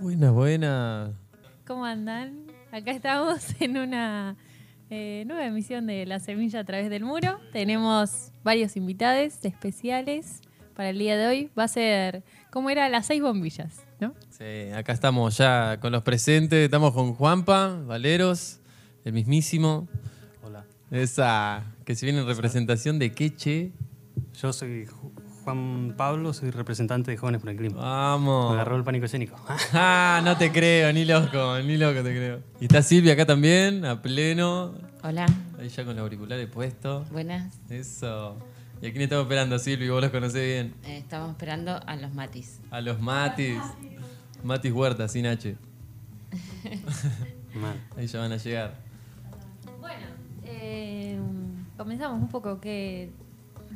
Buenas, buenas. ¿Cómo andan? Acá estamos en una eh, nueva emisión de La Semilla a través del muro. Tenemos varios invitados especiales para el día de hoy. Va a ser, ¿cómo era? Las seis bombillas, ¿no? Sí, acá estamos ya con los presentes. Estamos con Juanpa, Valeros, el mismísimo. Hola, Esa, que se viene en representación de Queche. yo soy Ju- Juan Pablo, soy representante de Jóvenes por el Clima. Me Vamos. agarró el pánico escénico. Ah, no te creo, ni loco, ni loco te creo. Y está Silvia acá también, a pleno. Hola, Ahí ya con los auriculares puestos. buenas. Eso. ¿Y a quién estamos esperando, Silvi? Vos los conocés bien. Eh, estamos esperando a los matis. A los Matis. Matis Huerta, sin H. Man. Ahí ya van a llegar. Bueno, eh, comenzamos un poco que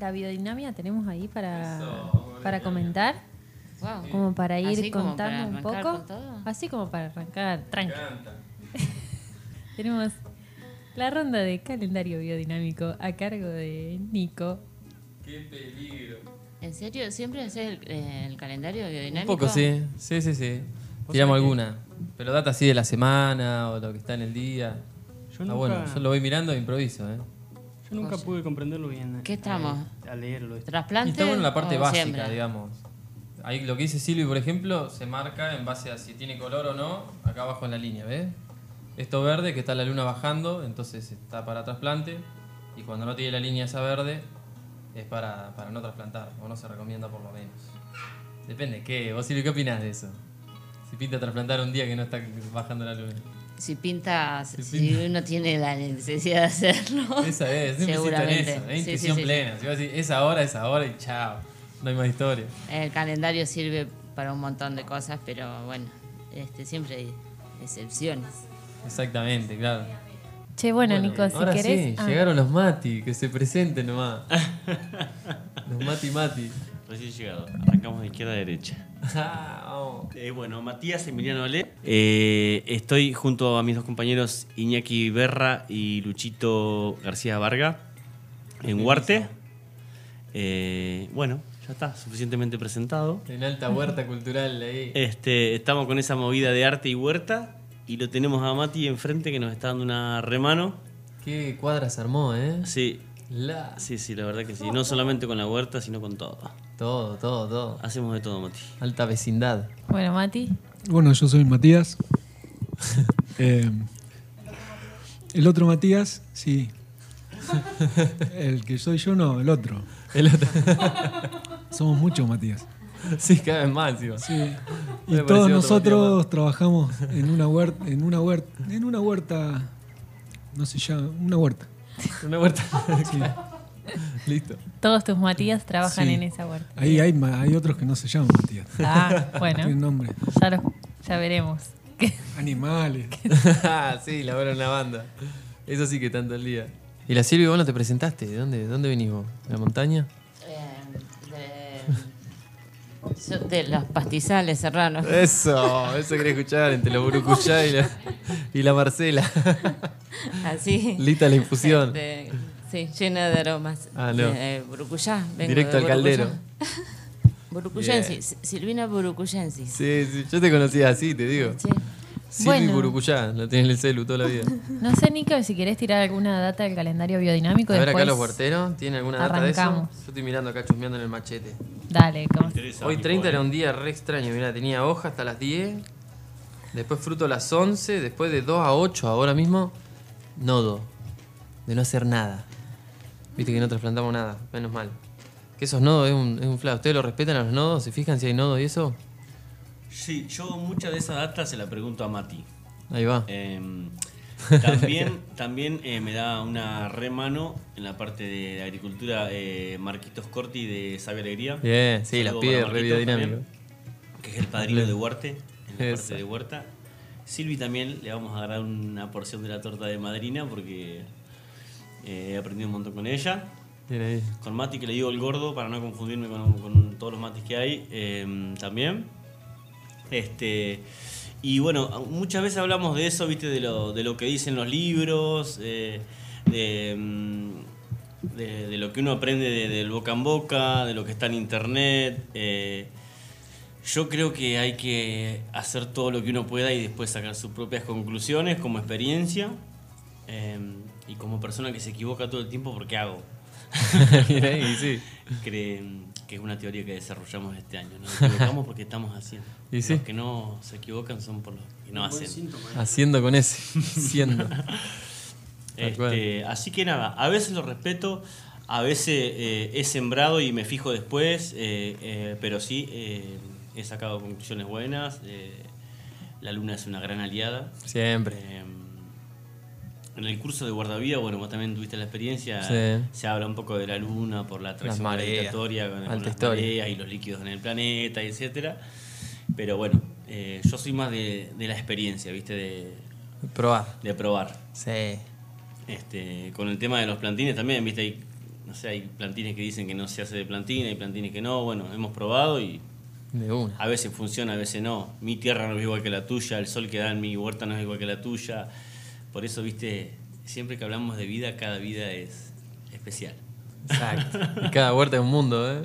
la biodinamia tenemos ahí para, para comentar, Wow. como para ir Así como contando para un arrancar poco. con todo. Así como para arrancar, tranqui. Tenemos la ronda de calendario biodinámico a cargo de Nico. Qué peligro. ¿En serio? ¿Siempre haces el, eh, el calendario Un biodinámico? poco, sí. Sí, sí, sí. Tiramos alguna. Pero data así de la semana o lo que está en el día. Yo ah, nunca- bueno, yo lo voy mirando e improviso, ¿eh? Yo nunca pude comprenderlo bien. ¿Qué eh, estamos? A, leerlo. esto. Eh, Y ¿Trasplante? está bueno la parte o básica, siembra? digamos. Ahí lo que dice Silvi, por ejemplo, se marca en base a si tiene color o no, acá abajo en la línea, ¿ves? Esto verde, que está la luna bajando, entonces está para trasplante. Y cuando no tiene la línea esa verde, es para, para no trasplantar, o no se recomienda por lo menos. Depende, ¿qué? ¿Vos, Silvi, qué opinás de eso? Si pinta trasplantar un día que no está bajando la luna. Si pinta, si uno tiene la necesidad de hacerlo. Esa es, siempre insisto en Seguramente. eso. ¿eh? Es Sí, sí, intuición sí, sí. plena. Si vos decís, es ahora, es ahora y chao. No hay más historia. El calendario sirve para un montón de cosas, pero bueno, este, siempre hay excepciones. Exactamente, claro. Che, bueno, Nico, si ahora querés. Sí, ah, llegaron los Mati, que se presenten nomás. los Mati Mati. Recién llegado, arrancamos de izquierda a derecha. Ah, vamos. Eh, bueno, Matías Emiliano Ale. Eh, estoy junto a mis dos compañeros Iñaki Berra y Luchito García Varga en Huarte. Eh, bueno, ya está, suficientemente presentado. en alta huerta cultural ahí. Este, estamos con esa movida de arte y huerta y lo tenemos a Mati enfrente que nos está dando una remano. Qué cuadra se armó, ¿eh? Sí, La- sí, sí, la verdad que sí. No solamente con la huerta, sino con todo. Todo, todo, todo. Hacemos de todo, Mati. Alta vecindad. Bueno, Mati. Bueno, yo soy Matías. Eh, el otro Matías, sí. El que soy yo, no, el otro. El otro- Somos muchos Matías. sí, cada vez más, encima. Y Me pareció todos otro Matías nosotros trabajamos en una huerta, en una huerta, en una huerta, no sé ya, una huerta. más. Una huerta. Listo. Todos tus Matías trabajan Sí. en esa huerta. Ahí hay, ma- hay otros que no se llaman Matías. Ah, Tienen bueno, nombre. ya, lo- ya veremos. Animales. sí, labraron la banda. Eso sí que tanto el día. ¿Y la Silvia vos no te presentaste? ¿De dónde, de dónde venís vos? ¿De la montaña? Eh, de, yo- de los pastizales serranos. Eso, eso quería escuchar entre los Burucuyá y la, y la Marcela. Así. Lita la infusión. Este, sí, llena de aromas. Ah, no. Eh, Burucuyá, vengo Directo de al caldero. Burucuyá. Burucuyensis, Silvina Burucuyensis. Sí, sí, yo te conocía así, te digo. Sí. Silvi Bueno. Burucuyá, lo tenés en el celu toda la vida. No sé, Nico, si querés tirar alguna data del calendario biodinámico. A ver acá después- los huerteros, ¿tiene alguna data de arrancamos. eso? Yo estoy mirando acá chusmeando en el machete. Dale, como- Hoy 30 era un día re extraño, mirá, tenía hoja hasta las 10, después fruto a las 11, después de 2 a 8 ahora mismo, nodo, de no hacer nada. Viste que no trasplantamos nada, menos mal. Que esos nodos es un, es un fla. ¿Ustedes lo respetan a los nodos? ¿Se fijan si hay nodos y eso? Sí, yo mucha de esa data se la pregunto a Mati. Ahí va. Eh, también también eh, me da una remano en la parte de agricultura eh, Marquitos Corti de Sabia Alegría. Bien, sí, las Saludo pide para re Marquitos biodinámico. también, Que es el padrino de Huarte, en la Eso. parte de Huerta. Silvi también le vamos a agarrar una porción de la torta de madrina porque eh, he aprendido un montón con ella. Bien ahí. Con Mati, que le digo el gordo para no confundirme con, con todos los matis que hay eh, también. Este, y bueno, muchas veces hablamos de eso, ¿viste? De lo, de lo que dicen los libros, eh, de, mm, de- de lo que uno aprende de- del boca en boca, de lo que está en internet. eh. Yo creo que hay que hacer todo lo que uno pueda y después sacar sus propias conclusiones como experiencia eh, y como persona que se equivoca todo el tiempo porque hago. Y sí. Cre- que es una teoría que desarrollamos este año. Nos equivocamos porque estamos haciendo. Y sí. Los que no se equivocan son por los que no hacen. Haciendo con ese. Haciendo. Tal cual. Este, así que nada, a veces lo respeto, a veces eh, he sembrado y me fijo después, eh, eh, pero sí eh, he sacado conclusiones buenas. eh, la luna es una gran aliada. Siempre. Eh, mm, en el curso de guardavía, bueno, vos también tuviste la experiencia, Sí. se habla un poco de la luna por la atracción mareas, gravitatoria con, con alta las historia. mareas y los líquidos en el planeta, etcétera. Pero bueno, eh, yo soy más de, de la experiencia, ¿viste? De, Probar. de probar. Sí. Este, con el tema de los plantines también, ¿viste? Hay, no sé, hay plantines que dicen que no se hace de plantina, hay plantines que no. Bueno, hemos probado y De una. a veces funciona, a veces no. Mi tierra no es igual que la tuya, el sol que da en mi huerta no es igual que la tuya. Por eso, viste, siempre que hablamos de vida, cada vida es especial. Exacto. Y cada huerta es un mundo, ¿eh?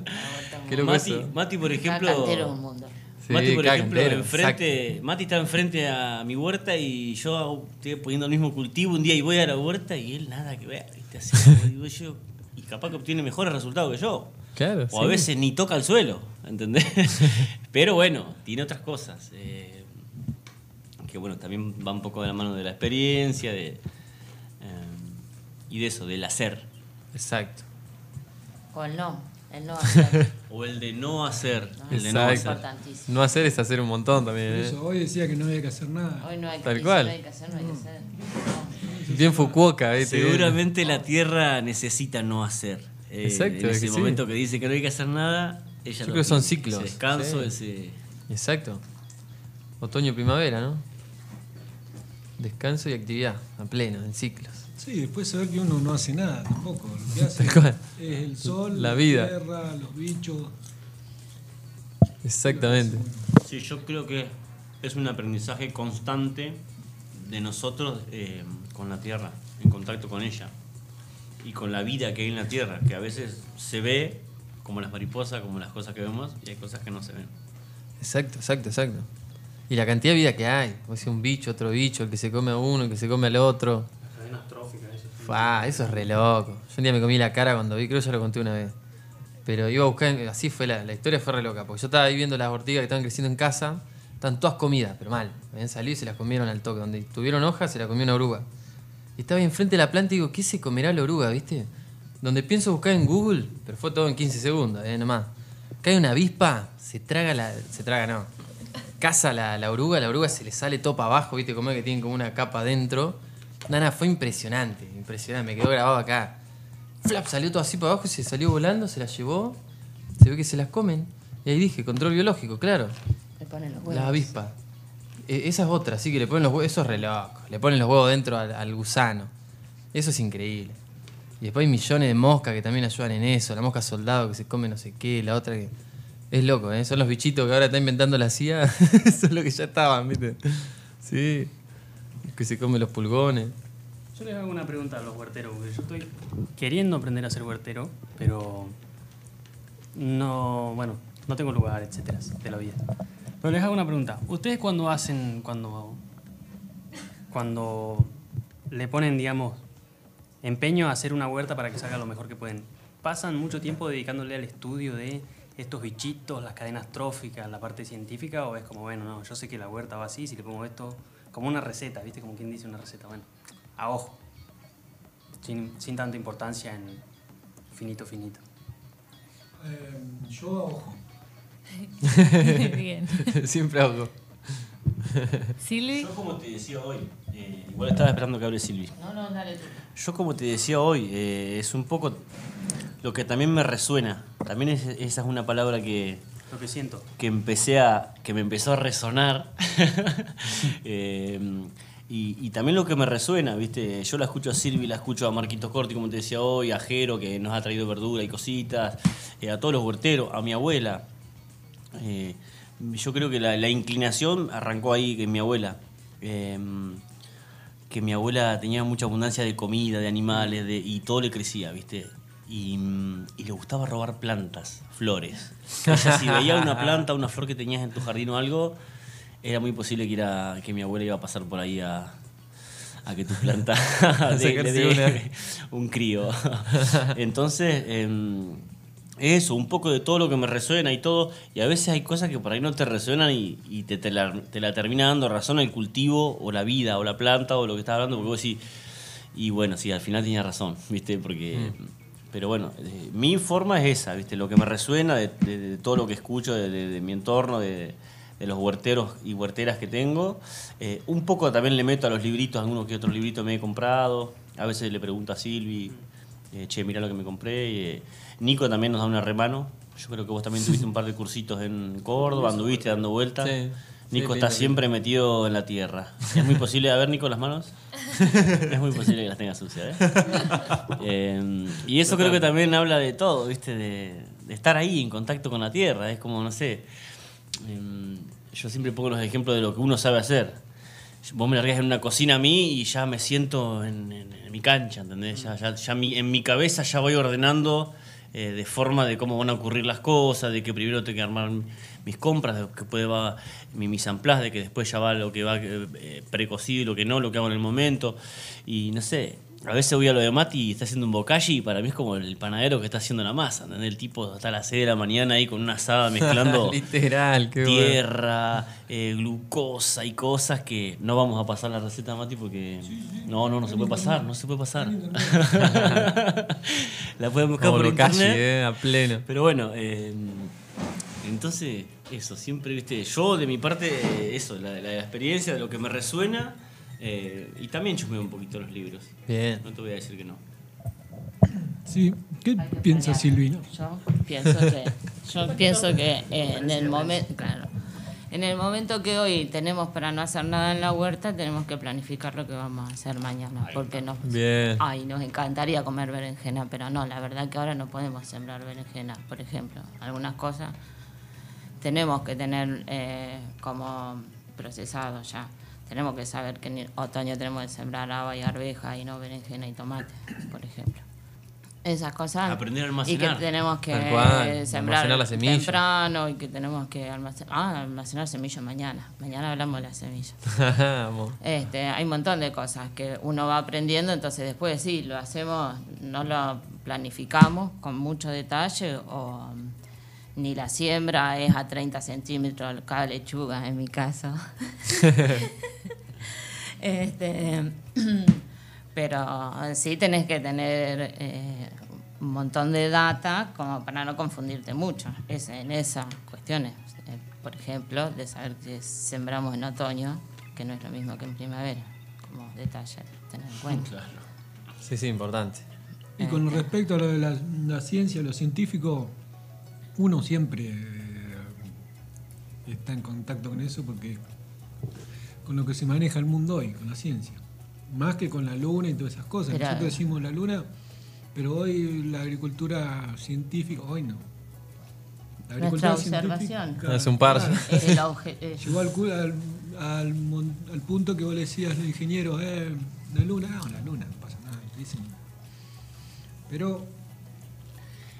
Qué loco Mati, eso. Mati, por ejemplo. Cada cantero es un mundo. Sí, Mati, por cada ejemplo, cantero, enfrente, Mati está enfrente a mi huerta y yo hago- estoy poniendo el mismo cultivo un día y voy a la huerta y él nada que vea. ¿viste? Así, como digo yo, y capaz que obtiene mejores resultados que yo. Claro. O a sí. veces ni toca el suelo, ¿entendés? Pero bueno, tiene otras cosas. eh, que bueno, también va un poco de la mano de la experiencia de, eh, y de eso, del hacer. Exacto. O el no, el no hacer. O el de no hacer. El de no Exacto. hacer. importantísimo. No hacer es hacer un montón también, Por ¿eh? eso hoy decía que no había que hacer nada. Hoy no hay que Tal decir, cual. no hay que hacer, no hay que hacer. Bien Fukuoka, ¿viste? Seguramente la tierra necesita no hacer. Eh, Exacto, En es ese que sí. momento que dice que no hay que hacer nada, ella Yo lo creo que son tiene. ciclos, Ese descanso, sí. ese. Exacto. Otoño, primavera, ¿no? Descanso y actividad, a pleno, en ciclos. Sí, después saber que uno no hace nada tampoco. Lo que hace Tal cual. es el sol, La la, vida. tierra, los bichos. Exactamente. Sí, yo creo que es un aprendizaje constante de nosotros eh, con la tierra, en contacto con ella y con la vida que hay en la tierra, que a veces se ve como las mariposas, como las cosas que vemos, y hay cosas que no se ven. Exacto, exacto, exacto. Y la cantidad de vida que hay. O sea, un bicho, otro bicho, el que se come a uno, el que se come al otro. Fua, eso es re loco. Yo un día me comí la cara cuando vi, creo que ya lo conté una vez. Pero iba a buscar, así fue la, la historia, fue re loca. Porque yo estaba ahí viendo las ortigas que estaban creciendo en casa. Estaban todas comidas, pero mal. Habían salido y se las comieron al toque. Donde tuvieron hojas, se la comió una oruga. Y estaba ahí enfrente de la planta y digo, ¿qué se comerá la oruga, viste? Donde pienso buscar en Google, pero fue todo en 15 segundos, eh, nomás. Cae una avispa, se traga la. Se traga, no. Caza la, la oruga, la oruga se le sale todo para abajo, viste, como es que tienen como una capa adentro. Nana, fue impresionante, impresionante, me quedó grabado acá. Flap, salió todo así para abajo y se salió volando, se las llevó. Se ve que se las comen. Y ahí dije, control biológico, claro. Le ponen los Las huevos. avispas. Eh, esas otras, sí, que le ponen los huevos. Eso es re loco. Le ponen los huevos dentro al, al gusano. Eso es increíble. Y después hay millones de moscas que también ayudan en eso. La mosca soldado que se come no sé qué, la otra que. Es loco, ¿eh? Son los bichitos que ahora está inventando la CIA. eso es lo que ya estaban, ¿viste? Sí. Que se come los pulgones. Yo les hago una pregunta a los huerteros, porque yo estoy queriendo aprender a ser huertero, pero no, bueno, no tengo lugar, etcétera, de la vida. Pero les hago una pregunta. ¿Ustedes cuando hacen, cuando, cuando le ponen, digamos, empeño a hacer una huerta para que salga lo mejor que pueden, pasan mucho tiempo dedicándole al estudio de estos bichitos, las cadenas tróficas, la parte científica, o es como, bueno, no, yo sé que la huerta va así, si le pongo esto, como una receta, ¿viste? Como quien dice una receta, bueno, a ojo, sin, sin tanta importancia en finito, finito. Eh, yo a ojo. Bien. Siempre hago. Silvi, Yo, como te decía hoy, eh, igual estaba esperando que hable Silvi. No, no, dale tú. Yo como te decía hoy, eh, es un poco lo que también me resuena. También es- esa es una palabra que, Lo que siento. que empecé a. que me empezó a resonar. Eh, y, y también lo que me resuena, viste, yo la escucho a Silvi, la escucho a Marquitos Corti, como te decía hoy, a Jero, que nos ha traído verdura y cositas, eh, a todos los huerteros, a mi abuela. Eh, yo creo que la, la inclinación arrancó ahí que mi abuela. Eh, que mi abuela tenía mucha abundancia de comida, de animales, de, y todo le crecía, ¿viste? y, mm, y le gustaba robar plantas, flores. Ella, si veía una planta, una flor que tenías en tu jardín o algo, era muy posible que, era, que mi abuela iba a pasar por ahí a, a que tu planta le- le sacarse dé una. un crío. Entonces, em, eso, un poco de todo lo que me resuena y todo. Y a veces hay cosas que por ahí no te resuenan y, y te, te la, te la termina dando razón el cultivo o la vida o la planta o lo que estás hablando, porque vos decís, y bueno, sí, al final tenía razón, ¿viste? Porque. Mm. Pero bueno, eh, mi forma es esa, ¿viste? Lo que me resuena de, de- de todo lo que escucho, de, de- de mi entorno, de, de los huerteros y huerteras que tengo. Eh, un poco también le meto a los libritos, algunos que otro librito me he comprado. A veces le pregunto a Silvi, eh, che, mira lo que me compré. Y, eh, Nico también nos da una remano. Yo creo que vos también tuviste un par de cursitos en Córdoba, anduviste dando vueltas. Sí, Nico sí, está lindo, siempre metido en la tierra. Es muy posible, a ver Nico las manos. Es muy posible que las tenga sucias. ¿eh? Eh, y eso creo que también habla de todo, ¿viste? De, de estar ahí en contacto con la tierra. Es como, no sé. em, yo siempre pongo los ejemplos de lo que uno sabe hacer. Vos me largás en una cocina a mí y ya me siento en, en- en mi cancha, ¿entendés? Ya, ya- ya mi- en mi cabeza ya voy ordenando eh, de forma de cómo van a ocurrir las cosas, de que primero tengo que armar mis compras, de que puede va mi mise en place, de que después ya va lo que va eh, eh, precocido y lo que no, lo que hago en el momento. Y no sé, a veces voy a lo de Mati y está haciendo un bocashi y para mí es como el panadero que está haciendo la masa, ¿entendés? El tipo está a las 6 de la mañana ahí con una asada mezclando Literal, qué bueno. tierra, eh, glucosa y cosas que no vamos a pasar la receta, Mati, porque no, no, no se puede pasar, no se puede pasar. la pueden buscar Como por lo casi, internet. eh, a pleno. Pero bueno, eh, entonces, eso, siempre, viste, yo de mi parte, eh, eso, la, la experiencia, de lo que me resuena, eh, y también chusmeo un poquito los libros. Bien. No te voy a decir que no. Sí, ¿qué piensa Silvina? Yo pienso que, yo pienso que eh, en el momento, claro, en el momento que hoy tenemos para no hacer nada en la huerta, tenemos que planificar lo que vamos a hacer mañana, porque nos, Bien. Ah. ay, nos encantaría comer berenjena, pero no, la verdad que ahora no podemos sembrar berenjena, por ejemplo, algunas cosas tenemos que tener eh, como procesado ya. Tenemos que saber que en otoño tenemos que sembrar haba y arveja y no berenjena y tomate, por ejemplo. Esas cosas. Aprender a Ah, Y almacenar. que tenemos que Tal cual, eh, sembrar almacenar las semillas. temprano y que tenemos que almacenar, ah, almacenar semillas mañana. Mañana hablamos de las semillas. Vamos. Este, hay un montón de cosas que uno va aprendiendo, entonces después sí, lo hacemos, no lo planificamos con mucho detalle, o mm, ni la siembra es a 30 centímetros cada lechuga en mi caso. Este, pero sí tenés que tener eh, un montón de data como para no confundirte mucho es- en esas cuestiones. Eh, por ejemplo, de saber que sembramos en otoño, que no es lo mismo que en primavera, como detalle a tener en cuenta. Sí, sí, importante. Y con respecto a lo de la, la ciencia, lo científico, uno siempre eh, está en contacto con eso porque con lo que se maneja el mundo hoy, con la ciencia. Más que con la luna y todas esas cosas. Pero- Nosotros decimos la luna, pero hoy la agricultura científica, hoy no. La Nuestra agricultura científica- observación. Claro, Es un parche. claro. Es el obje- eh, Llegó al, cu- al, al mon- al punto que vos le decías al ingeniero, eh, la luna, no, la luna, no pasa nada, te dicen. Pero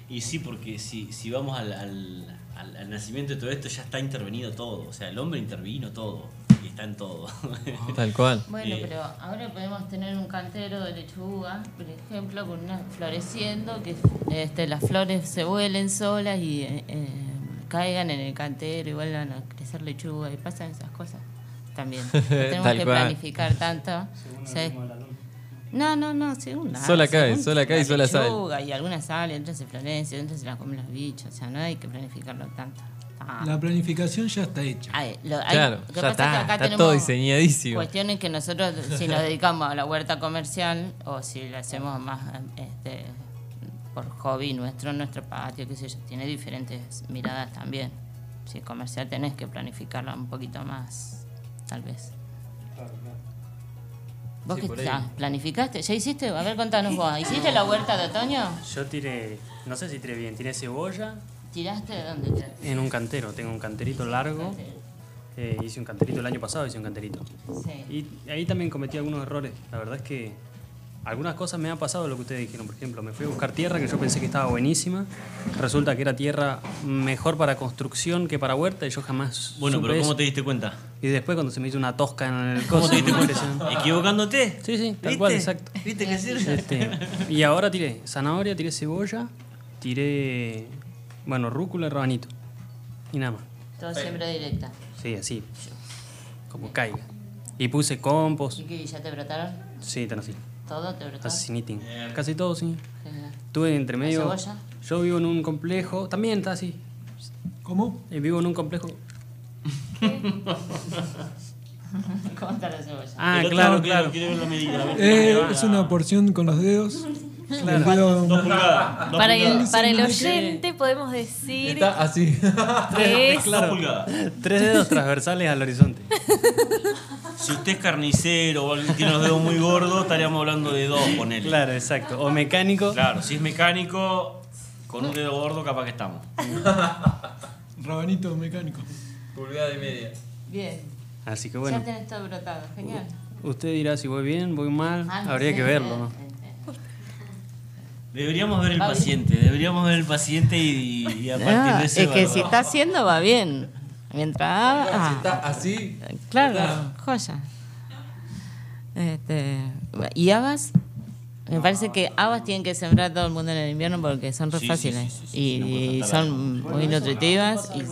Y sí, porque si, si vamos al, al- al- al nacimiento de todo esto, ya está intervenido todo. O sea, el hombre intervino todo. Y está en todo. Tal cual. Bueno, Eh. pero ahora podemos tener un cantero de lechuga, por ejemplo, con unas floreciendo, que este, las flores se vuelen solas y eh, eh, caigan en el cantero y vuelvan a crecer lechuga y pasan esas cosas también. No tenemos Tal que cual. planificar tanto. Sí. No, no, no, según la Sola cae, según sola cae y la sola sale. lechuga Y algunas salen, otras se florecen, otras se las comen los bichos, o sea, no hay que planificarlo tanto. Ah. la planificación ya está hecha. Ay, lo- hay- Claro, lo que ya pasa es que está, acá está tenemos- todo diseñadísimo. Cuestiones que nosotros, si nos dedicamos a la huerta comercial o si la hacemos más este, por hobby nuestro, nuestro patio, qué sé yo, tiene diferentes miradas también. Si es comercial tenés que planificarla un poquito más, tal vez. ¿Vos Sí, qué por ahí. ya, planificaste? ¿Ya hiciste? A ver, contanos vos. ¿Hiciste la huerta de otoño? Yo tiré, no sé si tiré bien, tiré cebolla ¿Tiraste de dónde tiraste? en un cantero. Tengo un canterito largo. Eh, hice un canterito el año pasado, hice un canterito. Sí. Y ahí también cometí algunos errores. La verdad es que Algunas cosas me han pasado lo que ustedes dijeron. Por ejemplo, me fui a buscar tierra que yo pensé que estaba buenísima. Resulta que era tierra mejor para construcción que para huerta y yo jamás. Bueno, supe pero ¿cómo eso. te diste cuenta? Y después, cuando se me hizo una tosca en el ¿Cómo coso, te diste me cuenta? impresionó. ¿Equivocándote? Sí, sí, tal ¿Viste? cual, exacto. ¿Viste qué sirve? Este, y ahora tiré zanahoria, tiré cebolla, tiré. Bueno, rúcula y rabanito. Y nada más. Todo siempre directa. Sí, así. Como caiga. Y puse compost. ¿Y que ya te brotaron? Sí, tan así. ¿Todo te brotó? Asesinating. Casi todo, sí. Genial. Tuve entre medio. ¿La cebolla? Yo vivo en un complejo. También está así. ¿Cómo? Eh, Vivo en un complejo. ¿Cómo está la cebolla? Ah, El otro claro, no, claro. Quiero ver la medida. a ver. Eh, es una porción con los dedos. El dedo- Dos pulgadas. Dos Para el, pulgadas. para el oyente podemos decir Está así. que es Dos pulgadas. Tres dedos transversales al horizonte. Si usted es carnicero o alguien tiene los dedos muy gordos, estaríamos hablando de dos, ponele. Claro. Claro, exacto. O mecánico. si es mecánico, con un dedo gordo capaz que estamos. Rabanito mecánico. Pulgada y media. Bien. Así que bueno. Ya tenés todo brotado. Genial. Usted dirá si voy bien, voy mal. Ah, no Habría sé, que verlo, ¿no? eh, eh, eh. Deberíamos ver el paciente, deberíamos ver el paciente y, y a partir No, de Ah, es ese que si evaluar. está haciendo va bien. Mientras. Si ah, está así, claro, joya. Este, ¿Y habas? Me parece que habas tienen que sembrar todo el mundo en el invierno porque son re Sí, sí, fáciles sí, sí, sí, y, no puede y faltar son muy nutritivas. Y...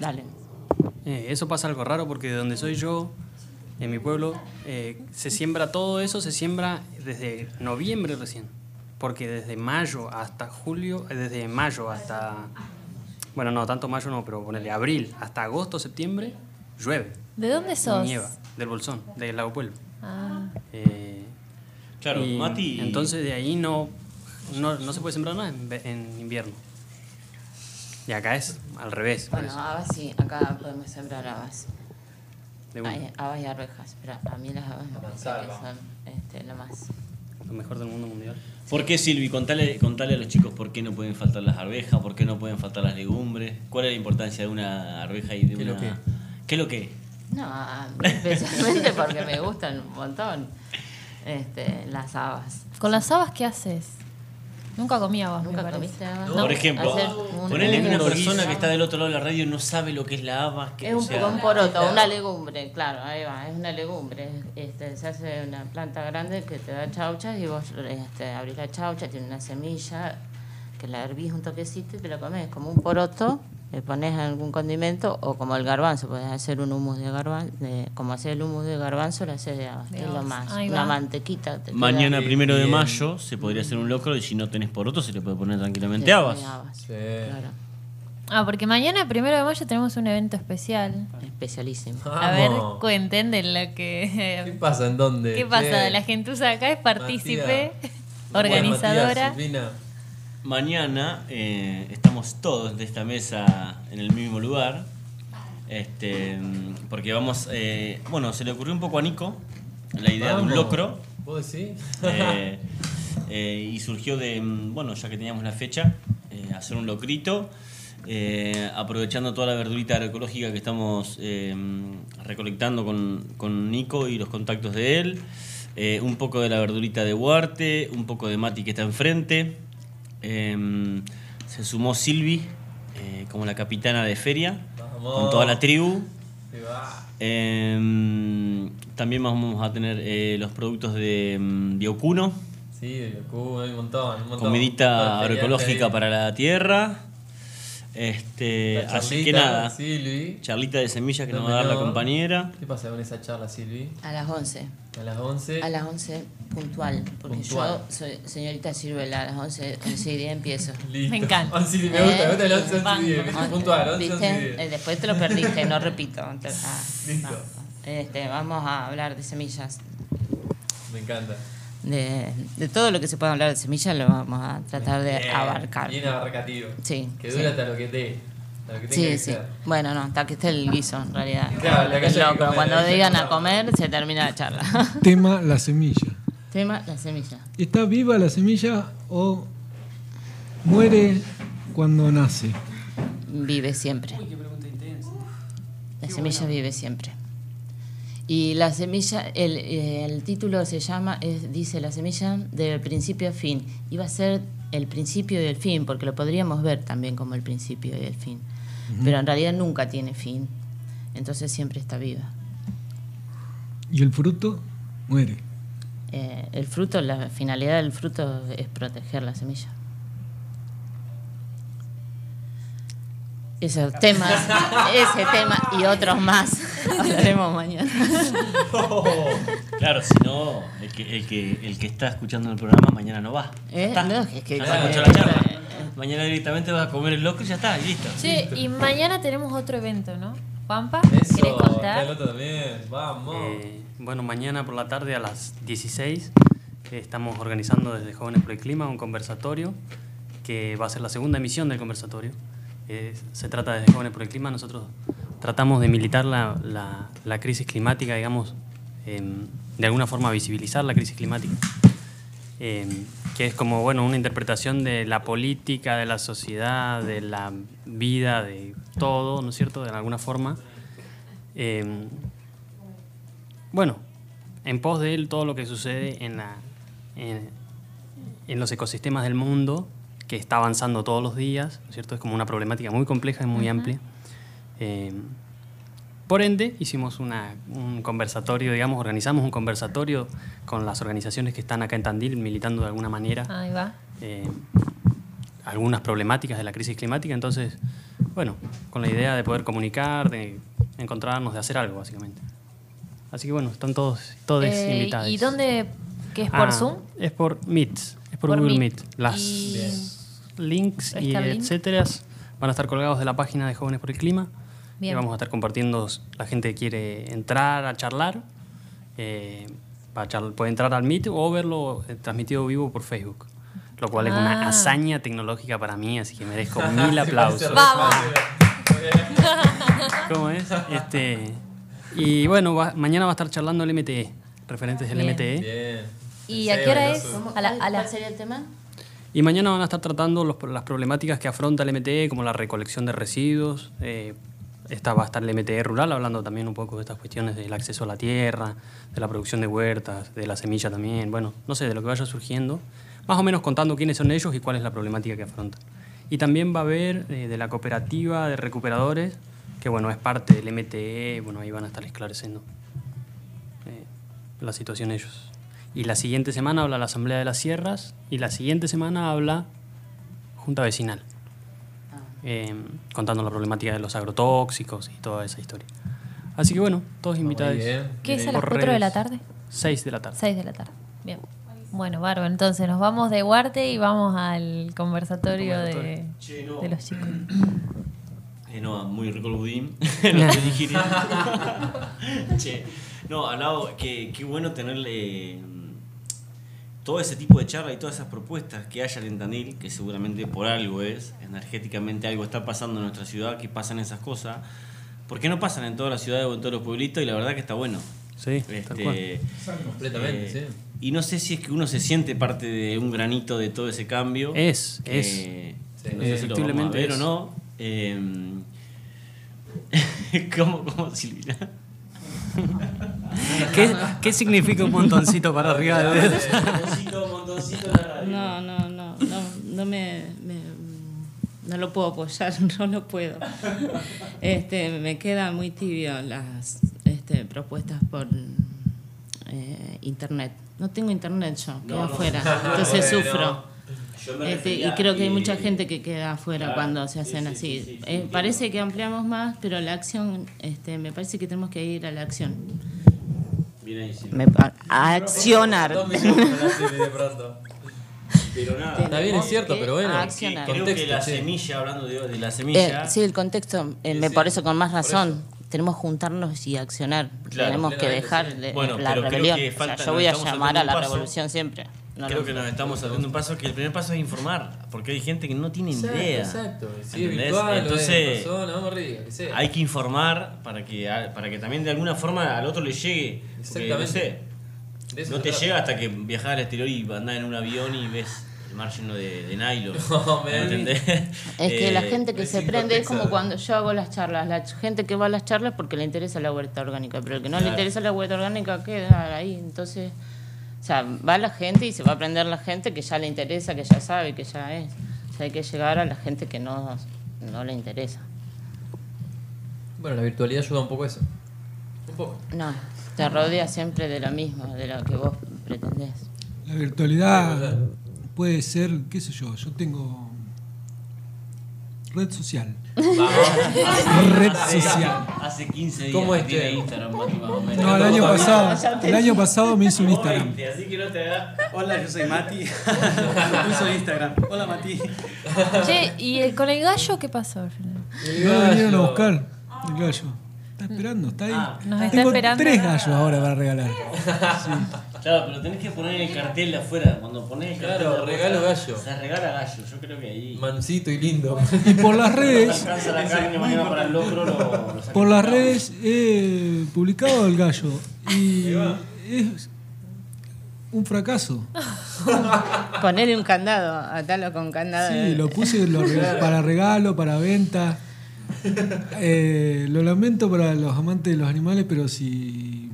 Dale. Eh, eso pasa algo raro porque de donde soy yo, en mi pueblo, eh, se siembra todo eso, se siembra desde noviembre recién. Porque desde mayo hasta julio, eh, desde mayo hasta. Bueno, no, tanto mayo no, pero ponerle abril hasta agosto, septiembre, llueve. ¿De dónde sos? Nieva, del Bolsón, del Lago Pueblo. Ah, Eh, Claro, y Mati. Entonces de ahí no, no, no se puede sembrar nada en, ve- en invierno. Y acá es al revés. por Bueno, eso, habas sí, acá podemos sembrar habas. de una. Hay habas y arvejas, pero a mí las habas me parece que son este, lo más. Lo mejor del mundo mundial. ¿Por qué, Silvi? Contale, contale a los chicos por qué no pueden faltar las arvejas, por qué no pueden faltar las legumbres, cuál es la importancia de una arveja y de ¿Qué una. lo qué? ¿Qué lo qué? No, a- especialmente porque me gustan un montón este, las habas. ¿Con las habas qué haces? Nunca comí habas, me ¿Nunca parece. comiste habas? Por ejemplo, Hacer ponerle un- ponele que una un- persona que está del otro lado de la radio no sabe lo que es la haba. Que, Es o un, sea, poco un poroto, una legumbre, claro, ahí va, es una legumbre. Este, se hace una planta grande que te da chauchas y vos este, abrís la chaucha, tiene una semilla, que la hervís un toquecito y te la comes. Como un poroto, le pones algún condimento o como el garbanzo, podés hacer un humus de garbanzo, como hacer el humus de garbanzo, lo haces de habas, De es lo habas, más, ahí una va. mantequita. te queda Mañana, Sí, primero de bien. mayo, se podría hacer un locro y si no tenés poroto, se le puede poner de- tranquilamente de habas. sí. claro, Ah, porque mañana, primero de mayo, tenemos un evento especial. especialísimo. A ver, Vamos. cuenten de lo ¿qué que... pasa? ¿En dónde? ¿Qué pasa? Che. La gentuza acá es partícipe, Matías. Bueno, organizadora. Matías, Silvina. Mañana eh, estamos todos de esta mesa en el mismo lugar. Este, mm, porque vamos. eh, bueno, se le ocurrió un poco a Nico la idea de Vamos. un locro. ¿Vos decís? Eh, eh, y surgió de, mm, bueno, ya que teníamos la fecha, eh, hacer un locrito, eh, aprovechando toda la verdurita agroecológica que estamos eh, mm, recolectando con, con Nico y los contactos de él, eh, un poco de la verdurita de Huarte, un poco de Mati que está enfrente, eh, se sumó Silvi eh, como la capitana de feria, Vamos. con toda la tribu. Se va. Eh, también vamos a tener eh, los productos de mm, Biocuno, Sí, de Cuba, hay un montón, un montón. comidita Perfecto, agroecológica ahí. para la tierra. Este, La así que charlita, nada, Silvi. charlita de semillas que No nos va a dar me la no. compañera. ¿Qué pasa con esa charla, Silvi? A las 11. A las 11. A las 11 puntual, porque Puntual. yo soy señorita Ciruela, a las 11, 11 y 10 empiezo. Eh, Listo. Me encanta. 11 me gusta, me gusta el 11, 11 Banco. y 10. ¿viste? Puntual, 11, 11 y ¿Viste? 10. Eh, Después te lo perdiste, no repito. Entonces, ah, Listo. basta. Este, vamos a hablar de semillas. Me encanta. De, de todo lo que se pueda hablar de semillas lo vamos a tratar de Bien, abarcar. Bien abarcativo. Sí, Que sí. dura hasta lo que te. hasta lo que tenga Sí, que sí. ser. Bueno, no, hasta que esté el guiso en realidad. Claro, la que haya El que locro. comer, la Cuando que digan haya a que comer. comer, se termina la charla. Tema la semilla. Tema, la semilla. ¿Está viva la semilla o muere cuando nace? vive siempre. La semilla vive siempre. Y la semilla, el, el título se llama, es- dice La semilla de principio a fin. Iba a ser el principio y el fin, porque lo podríamos ver también como el principio y el fin. Pero en realidad nunca tiene fin. Entonces siempre está viva. Y el fruto muere. Eh, el fruto, la finalidad del fruto es proteger la semilla. Esos temas, ese tema y otros más hablaremos mañana. Claro, si no, el que, el, que, el que está escuchando el programa mañana no va. Ya Eh, está. no, Eh, es que- Ya está, escuchó la charla. Mañana directamente vas a comer el loco y ya está, y listo. Che, y mañana tenemos otro evento, ¿no? Pampa, Eso, ¿querés está el contar? otro también. Vamos. Eh, bueno, mañana por la tarde a las 16 eh, estamos organizando desde Jóvenes por el Clima un conversatorio que va a ser la segunda emisión del conversatorio. Eh, se trata desde Jóvenes por el Clima. Nosotros tratamos de militar la, la- la crisis climática, digamos, em, de alguna forma visibilizar la crisis climática, em, que es como bueno una interpretación de la política, de la sociedad, de la vida, de todo, ¿no es cierto? De alguna forma. Em, bueno, en pos de él todo lo que sucede en, la, en, en los ecosistemas del mundo, que está avanzando todos los días, ¿no es ¿cierto? Es como una problemática muy compleja y muy amplia. Eh, por ende, hicimos una- un conversatorio, digamos, organizamos un conversatorio con las organizaciones que están acá en Tandil militando de alguna manera Ahí va. eh, algunas problemáticas de la crisis climática. Entonces, bueno, con la idea de poder comunicar, de encontrarnos, de hacer algo, básicamente. Así que bueno, están todos, todos Eh, invitados. ¿Y dónde? ¿Que es por Ah, Zoom? Es por Meet, es por, Por Google Meet. Meet. Las Y- links y ¿Está el link? etcétera van a estar colgados de la página de Jóvenes por el Clima. Bien. Y vamos a estar compartiendo, la gente que quiere entrar a charlar, eh, va a charl- puede entrar al Meet o verlo eh, transmitido vivo por Facebook. Lo cual es Ah. una hazaña tecnológica para mí, así que merezco mil aplausos. ¡Vamos! ¿Cómo es? Este, y bueno, va- mañana va a estar charlando el MTE, referentes del E. Bien. MTE. Bien. ¿Y El a qué Seba, hora el es? oso. A la, a la- ¿Cuál sería el tema? Y mañana van a estar tratando los- las problemáticas que afronta el MTE, como la recolección de residuos. eh, esta va a estar el MTE rural, hablando también un poco de estas cuestiones del acceso a la tierra, de la producción de huertas, de la semilla también. Bueno, no sé, de lo que vaya surgiendo. Más o menos contando quiénes son ellos y cuál es la problemática que afrontan. Y también va a haber eh, de la cooperativa de recuperadores, que bueno, es parte del MTE. Bueno, ahí van a estar esclareciendo eh, la situación ellos. Y la siguiente semana habla la Asamblea de las Sierras y la siguiente semana habla Junta Vecinal, Ah. eh, contando la problemática de los agrotóxicos y toda esa historia. Así que bueno, todos invitados. bien. ¿Qué es a Por las 4 de redes. la tarde? 6 de la tarde. 6 de la tarde. Bien. Bueno, bárbaro. Entonces nos vamos de Huarte y vamos al conversatorio de, Che, no. de los chicos. Eh, no, muy rico el budín. Lo que dijiste. che. No, hablaba que qué bueno tenerle mm, todo ese tipo de charla y todas esas propuestas que haya en Tandil, que seguramente por algo es, energéticamente algo está pasando en nuestra ciudad, que pasan esas cosas, porque no pasan en todas las ciudades o en todos los pueblitos y la verdad que está bueno. Sí, tal cual. Este, Completamente, eh, sí. Y no sé si es que uno se siente parte de un granito de todo ese cambio. Es, que- es. que No Eh, sé si lo vamos a Efectivamente ver o es. no. Em, ¿Cómo, cómo, Silvina? ¿Qué, qué significa un montoncito para arriba de montoncito, montoncito la radio. No, no, no, no, no me, me- no lo puedo apoyar, no lo puedo. Este, me quedan muy tibio las este, propuestas por eh, internet. No tengo internet yo, quedo afuera, entonces Bueno. sufro. Yo me Este, y refería creo que hay mucha que- gente que queda afuera Claro, cuando se sí, hacen sí, así. sí, sí, sí, Eh, entiendo. parece que ampliamos más, pero la acción, este, me parece que tenemos que ir a la acción. Bien ahí, Silvina. Me pa- a accionar. Dos minutos, así de pronto. Pero nada. Está bien, es cierto, que pero bueno. accionar. Creo que Contexto, la sí. semilla, hablando de, de la semilla. Eh, sí, el contexto, eh, me Sí, parece con más por razón. Tenemos que juntarnos y accionar. Claro, Tenemos que plenamente, dejar sí. de- Bueno, la pero creo rebelión. que O sea, falta- yo nos voy a estamos llamar saltando a un la paso. revolución siempre. No Creo lo- que nos estamos saltando un paso que el primer paso es informar, porque hay gente que no tiene Exacto, idea. Exacto, sí, ¿Entendés? virtual, Entonces, Entonces, pasó, no vamos arriba, que sea. hay que informar para que, para que también de alguna forma al otro le llegue. Porque, Exactamente. no sé, De eso no se te trata. llega hasta que viajas al exterior y andás en un avión y ves mar lleno de, de nylon. No, me da ¿entendés? Es que la Eh, gente que se recién prende es como contexto. cuando yo hago las charlas. La gente que va a las charlas porque le interesa la huerta orgánica, pero el que no le Claro. interesa la huerta orgánica queda ahí. Entonces, o sea, va la gente y se va a aprender la gente que ya le interesa, que ya sabe, que ya es. O sea, hay que llegar a la gente que no, no le interesa. Bueno, la virtualidad ayuda un poco a eso. Un poco. No, te rodea siempre de lo mismo, de lo que vos pretendés. La virtualidad puede ser, qué sé yo, yo tengo red social. red social. Hace 15 días ¿Cómo que es este? tiene que- Instagram, Mati, más o menos. No, el año pasado, el año pasado me hice un Como este? Instagram. 20, así que no te hagas. Hola, yo soy Mati. Uso Instagram. Hola, Mati. Che, ¿y el- con el gallo qué pasó? al final? No lo vinieron a buscar el gallo. Está esperando, está ahí. Nos está Tengo esperando. tres gallos ahora para regalar. Claro, pero tenés que poner el cartel de afuera. Cuando pones el cartel. Claro, de afuera, regalo gallo. O sea, regala gallo. Yo creo que ahí. Mansito y lindo. Y por las redes, Alcanza la carne mañana para el locro. Lo, lo saca. por las redes he publicado el gallo. Y es un fracaso. Ponerle un candado, atarlo con candado. Sí, lo puse lo re- para regalo, para venta. Eh, lo lamento para los amantes de los animales, pero si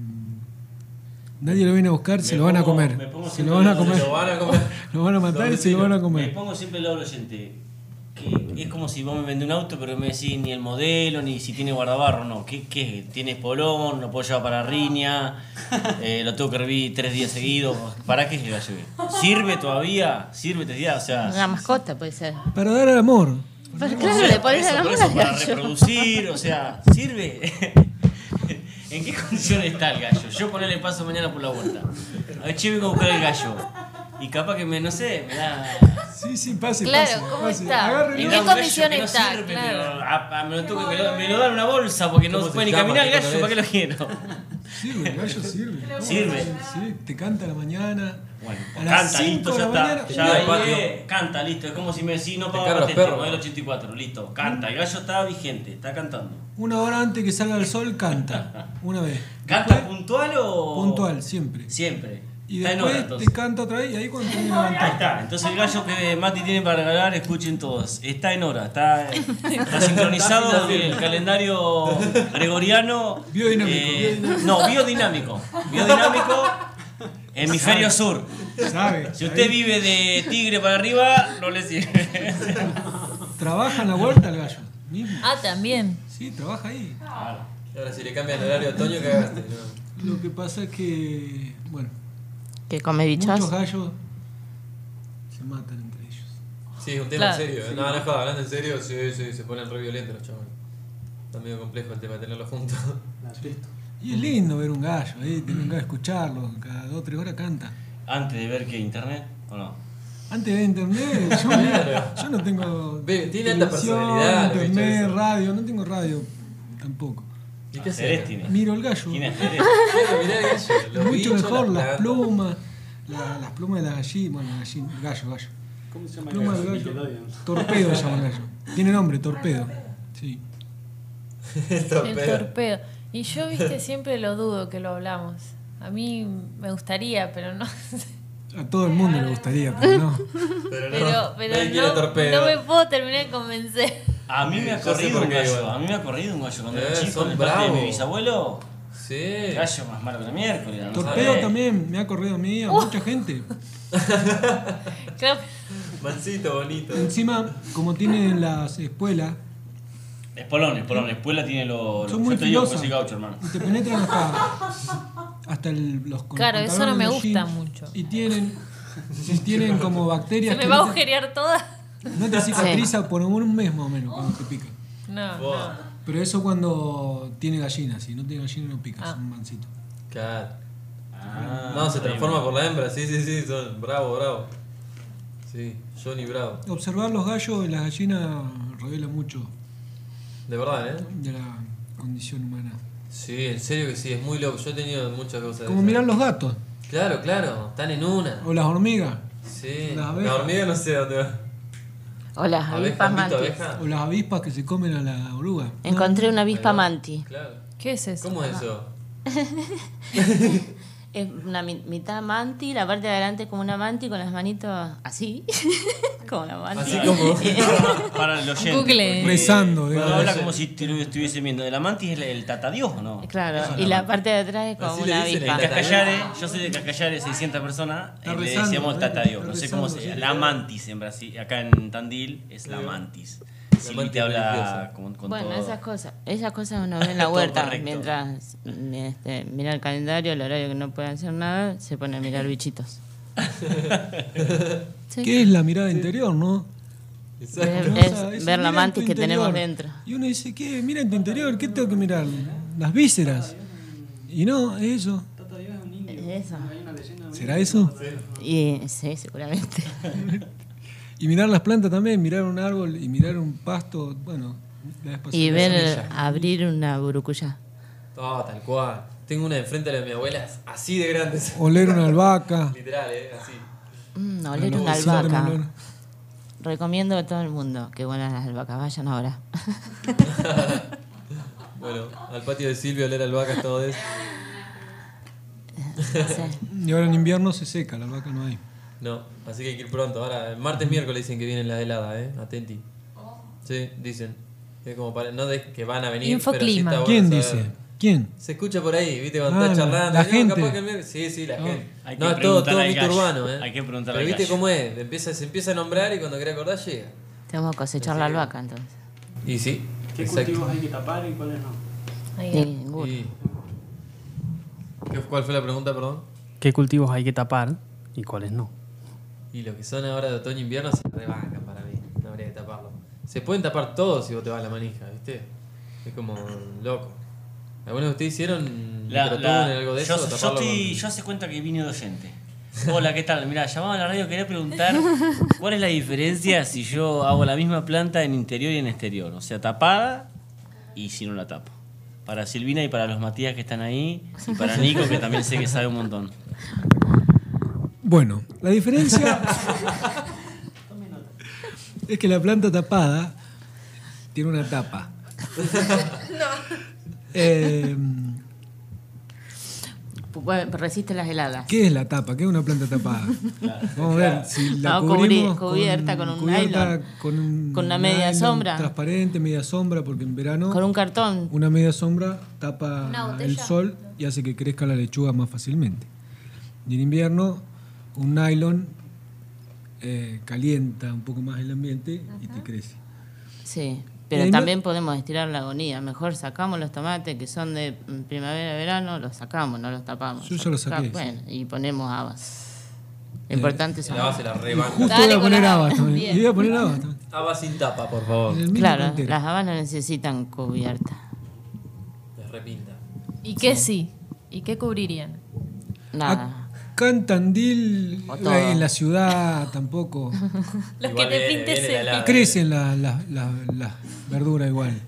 nadie lo viene a buscar, se Me lo van a pongo- comer. me pongo Se siempre lo van a los- comer. se lo van a comer. Lo van a matar y se lo van a Me comer. pongo siempre el lado del oyente. Que es como si vos me vendés un auto, pero me decís ni el modelo, ni si tiene guardabarro, no. ¿Qué, qué? ¿Tiene espolón? ¿Lo puedo llevar para riña? Eh, ¿Lo tengo que hervir tres días seguidos? ¿Para qué se lo llevé? ¿Sirve todavía? ¿Sirve todavía? O sea, Una mascota puede ser. Para dar el amor. Pero o claro, sea, le pones eso, el por amor eso, al para gallo. reproducir, o sea, ¿sirve? ¿En qué condición está el gallo? Yo ponerle paso mañana por la vuelta. A ver, che, vengo a buscar el gallo. Y capaz que me, no sé, me da. Sí, sí, pase, Claro, pase, ¿cómo pase. está? Agárrenlo. ¿En Me qué da un gallo condición que no está? sirve, Claro. pero, ah, ah, me, lo tengo que- me lo- me lo dan en una bolsa porque no ¿Cómo se se puede ni llama? caminar el ¿Qué gallo, color ¿para qué lo quiero? Sirve, el gallo sirve. ¿Cómo Sirve. no? Sí, te canta a la mañana. Bueno, a las canta, listo, cinco ya de la está. mañana. Ya Tenía ahí, patio. eh, canta, listo. Es como si me decís, no Te pago cargan los patente, perros. modelo 84, listo. ¿Mm? Canta, el gallo está vigente, está cantando. Una hora antes que salga el sol, canta. Una vez. ¿Canta Después, puntual o...? puntual, siempre. Siempre. Y está en hora, después te entonces. canta otra vez y ahí cuando te viene a Ahí levantar. está, entonces el gallo que Mati tiene para regalar, escuchen todos. Está en hora, está, está sincronizado con el calendario gregoriano. Biodinámico. eh, no, biodinámico. Biodinámico, hemisferio sur. ¿Sabe? Si usted Ahí vive de Tigre para arriba, no le sirve. Trabaja en la huerta el gallo. Mismo. Ah, también. Sí, trabaja ahí. Y ahora si le cambian el horario a otoño, cagaste. ¿no? Lo que pasa es que, bueno, Que come muchos bichos. gallos se matan entre ellos. Sí, es un tema Claro. en serio. ¿eh? No, no jodas, hablando en serio, sí, sí, se ponen re violentos los chavales. Está medio complejo el tema de tenerlos juntos. Y es lindo ver un gallo, ahí, tener un gallo, escucharlo. Cada dos o tres horas canta. Antes de ver que internet, ¿o no? Antes de internet, yo, yo no tengo. Ve, tiene alta televisión, personalidad, el bicho Internet, ese. radio, no tengo radio tampoco. ¿Y qué Jerez haces? tiene. Miro el gallo. Tiene Jerez. Claro, mirá el gallo, los Mucho bichos, mejor, las, plantas. plumas. la- las plumas de las gallinas. Bueno, gallina, gallo, gallo. ¿Cómo se llama el Pluma gallo? del gallo. Nickelodeon. Torpedo se llama el gallo. Tiene nombre, torpedo. Sí. El El torpedo. torpedo. Y yo, viste, siempre lo dudo que lo hablamos. A mí me gustaría, pero no sé. A todo el mundo le gustaría, pero no. Pero no, Pero, nadie pero quiere no, torpedo. no me puedo terminar de convencer. A mí me ha Yo sé corrido por un qué, gallo. igual. A mí me ha corrido un gallo cuando Eh, era chico, son de parte de mi bravos. bisabuelo. Sí. Gallo más malo que la miércoles. no Torpedo sabés. también me ha corrido a mí, a mucha gente. Claro, Mansito, bonito. Encima, como tienen las espuelas, Espolón, espolón. La espuela tiene los... son muy yo te digo que filosas. soy gaucho, hermano. Y te penetran hasta, hasta el- los con- Claro, eso no pantalones me de gusta jean. mucho. Y tienen, y tienen como bacterias se me que va a no, te, agujerear toda. no te cicatriza por un mes más o menos cuando te pica. No, Vos. no. Pero eso cuando tiene gallina, si no tiene gallina no pica, Ah. es un mancito. Claro. Ah, No, se está bien. transforma por la hembra, sí, sí, sí, son bravo, bravo. Sí, Johnny Bravo. Observar los gallos en las gallinas revela mucho De verdad, ¿eh? de la condición humana. Sí, en serio que sí, es muy loco. Yo he tenido muchas cosas de Como esas. mirar los gatos Claro, claro, están en una. o las hormigas Sí. Las abejas. La hormiga no sé dónde va. O las Abeja, avispas ámbito mantis. abeja. o las avispas que se comen a la oruga. Encontré una avispa Ahí va. mantis. Claro. ¿Qué es eso? ¿Cómo es eso? Es una mi- mitad manti, la parte de adelante es como una manti con las manitos así, como una manti. Así como para el oyente. Google. porque Rezando, cuando digamos. habla como si tu- estuviese viendo. El mantis es el, el tatadios, ¿o no? Eso Claro, es y la la parte de atrás es como Así le una dicen en En avispa. Tata- Cacayare, yo soy de Cacayare, 600 personas, Está y le rezando, eh, decíamos está Tatadios. No sé cómo rezando, se sí. La mantis en Brasil, acá en Tandil es la mantis. Silvi mantis te habla religiosa. con, con Bueno, todo. esas cosas, esas cosas uno ve en la Todo huerta correcto. mientras mm, este, mira el calendario, el horario que no puede hacer nada, se pone a mirar bichitos. Sí. ¿Qué es la mirada interior, no? Ver- Pero, o es sea, eso, ver mira la en mantis tu que tenemos interior. dentro. Y uno dice, ¿qué? Mira en tu interior, ¿qué tengo que mirar? Las vísceras. Y no, es eso. Eso. ¿Será eso? Y sí, seguramente. Pues Y mirar las plantas también, mirar un árbol y mirar un pasto, bueno, la vez pasada. Y ver semilla. abrir una burucuya. Ah, tal cual. Tengo una enfrente de la de mi abuela, es así de grande. es- Oler una albahaca. Literal, ¿eh? Así. Mm, Ah, oler una Necesito que me olor. albahaca. Recomiendo a todo el mundo que vuelan las albahacas, vayan ahora. Bueno, al patio de Silvio, oler albahacas, todo eso. Sí. Y ahora en invierno se seca, la albahaca no hay. No, así que hay que ir pronto. Ahora, el martes, miércoles dicen que vienen las heladas, ¿eh? Atenti. Sí, dicen. Es como para, no de que van a venir. Infoclima. Pero sí está ¿Quién bueno dice? saber. ¿Quién? Se escucha por ahí, ¿viste? Cuando Ah, estás la- charlando. la "No, gente". capaz que el miércoles-". Sí, sí, la gente. Oh, Hay que No, es todo, todo preguntar al mito gallo. urbano, ¿eh? Hay que preguntar Pero al viste gallo. cómo es. Empieza, se empieza a nombrar y cuando quiera acordar llega. Tenemos que cosechar la albahaca entonces. Y sí. ¿Qué exacto. cultivos hay que tapar y cuáles no? Ninguno. Y- ¿Qué- ¿Cuál fue la pregunta, perdón? ¿Qué cultivos hay que tapar y cuáles no? Y lo que son ahora de otoño e invierno se rebancan para mí. No habría que taparlo. Se pueden tapar todos si vos te vas a la manija, ¿viste? Es como loco. ¿Algunos de ustedes hicieron La- la- microtúnel, algo de yo, eso? yo Taparlo estoy- con- yo hace cuenta que vine de oyente. Hola, ¿qué tal? Mira, llamaba a la radio, quería preguntar cuál es la diferencia si yo hago la misma planta en interior y en exterior. O sea, tapada y si no la tapo. Para Silvina y para los Matías que están ahí. Y para Nico, que también sé que sabe un montón. Bueno, la diferencia es que la planta tapada tiene una tapa. Eh, Bueno, Resiste las heladas. ¿Qué es la tapa? ¿Qué es una planta tapada? Vamos a ver si la No, cubrí- cubrimos cubierta con un nylon. con, un Con una media nylon sombra. Transparente, media sombra, porque en verano Con un cartón. una media sombra tapa el sol y hace que crezca la lechuga más fácilmente. Y en invierno, un nylon eh, calienta un poco más el ambiente y te crece. Sí, Y pero ahí no- también podemos estirar la agonía. Mejor sacamos los tomates que son de mm, primavera, verano, los sacamos, no los tapamos. Yo ya los saqué, Eh, Ah, Bueno, y ponemos habas. Lo importante son La base la rebanca. Justo Dale, voy a poner Colorado. habas también. Bien. Y voy a poner habas también. Tapa sin tapa, por favor. En el mismo Claro, plantero. las habas no necesitan cubierta. Les repinta. ¿Y qué sí? ¿Y qué cubrirían? Ah, Nada. Acá en Tandil, O todo. en la ciudad tampoco. Los Igual que te viene- pintes viene la el helada, Crecen las las- las- las verduras igual.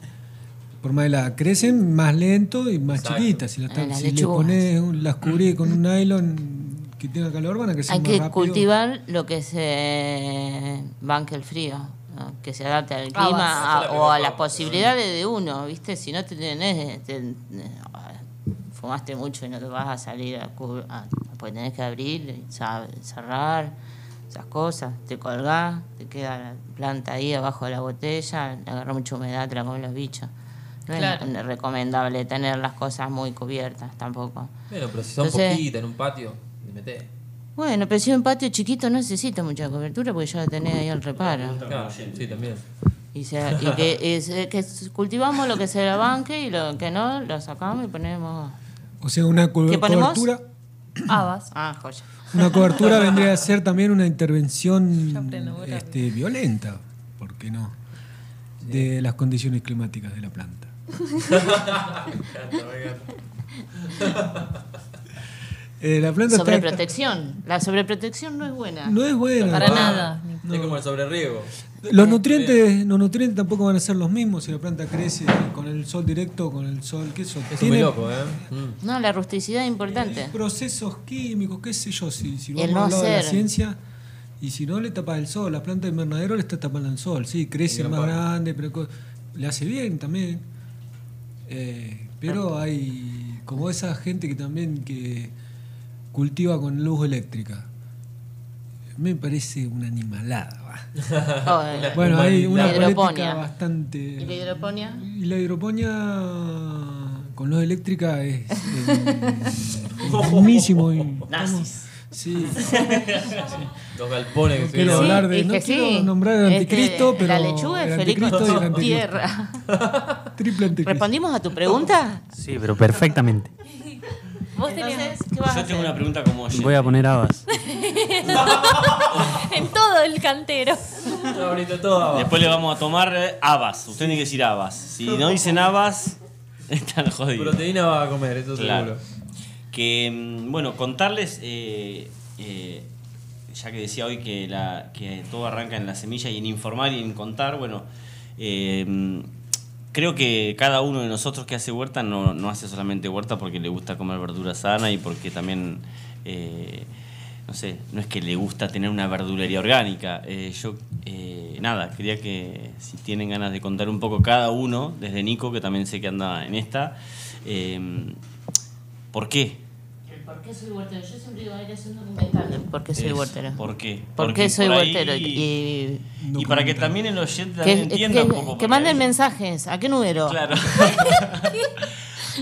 Por más helada. Crecen más lento y más Exacto. chiquitas. Si, las Ah, las si le lechugas. pones un- las cubrís con un nylon que tenga calor, van a crecer Hay más que rápido. cultivar lo que se banque el frío, ¿no? que se adapte al clima a- o a las posibilidades de uno, ¿viste? Si no te tenés, te- fumaste mucho y no te vas a salir a, cub- a- pues tenés que abrir, sa- cerrar, esas cosas, te colgás, te queda la planta ahí abajo de la botella, agarra mucha humedad, te la comen los bichos. No Claro. es recomendable tener las cosas muy cubiertas tampoco. Bueno, pero si son Entonces- poquitas en un patio, le metés. Bueno, pero si es un patio chiquito no necesita mucha cobertura porque ya tenés ahí el reparo. Claro, sí, también. Y, se- y que, y se- que cultivamos lo que se la banque y lo que no, lo sacamos y ponemos... O sea, una cu- ¿Qué ponemos? cobertura. Habas. Ah, joya. Una cobertura vendría a ser también una Yo intervención aprendo muy rápido. este, violenta, ¿por qué no? De las condiciones climáticas de la planta. Eh, la planta está- Sobreprotección. La sobreprotección no es buena. no es buena. Ah, Para nada. Ah, Es como el sobreriego. Los nutrientes, los nutrientes tampoco van a ser los mismos si la planta crece con el sol directo, con el sol, qué sé yo. Es un Tiene loco, ¿eh? Mm. No, la rusticidad es importante. procesos químicos, qué sé yo, si, si El vamos no al lado de la hacer. ciencia, y si no le tapas el sol, la planta de invernadero le está tapando el sol, sí, crece más grande, pero co- le hace bien también. Eh, pero hay como esa gente que también que cultiva con luz eléctrica. Me parece una animalada. va. Joder. Bueno, hay una La hidroponía. política bastante... ¿Y la hidroponía? Y la hidroponía con luz eléctrica es eh, buenísimo. y estamos- Nazis. Sí, Los galpones que no quiero estuvieron- Sí, hablar de. es No que quiero sí. nombrar al Este, anticristo, pero. La lechuga el es feliz anticristo y el con anticristo. tierra. Triple anticristo. ¿Respondimos a tu pregunta? Sí, pero perfectamente. Vos tenés Entonces, ¿qué vas a Yo tengo una hacer? pregunta como oyente. Voy a poner habas. en todo el cantero. No, ahorita todo abajo. Después le vamos a tomar eh, habas. Usted tiene que decir habas. Si no dicen habas, están jodidos. Proteína va a comer, eso Claro. seguro. Que, mm, bueno, contarles, eh, eh, ya que decía hoy que, la, que todo arranca en la semilla y en informar y en contar, bueno, eh, mm, creo que cada uno de nosotros que hace huerta no, no hace solamente huerta porque le gusta comer verdura sana y porque también... eh, no sé, no es que le gusta tener una verdulería orgánica. Eh, yo, eh, nada, quería que si tienen ganas de contar un poco cada uno, desde Nico, que también sé que anda en esta, eh, ¿por qué? ¿Por qué soy huertero? Yo siempre digo, hay que hacer un documental. ¿Por qué soy Es, huertero? ¿Por qué? ¿Por Porque qué soy por ahí- huertero? Y- Y para que también el oyente Que, también entienda que- un poco. que porque manden ahí- mensajes. ¿A qué número? Claro.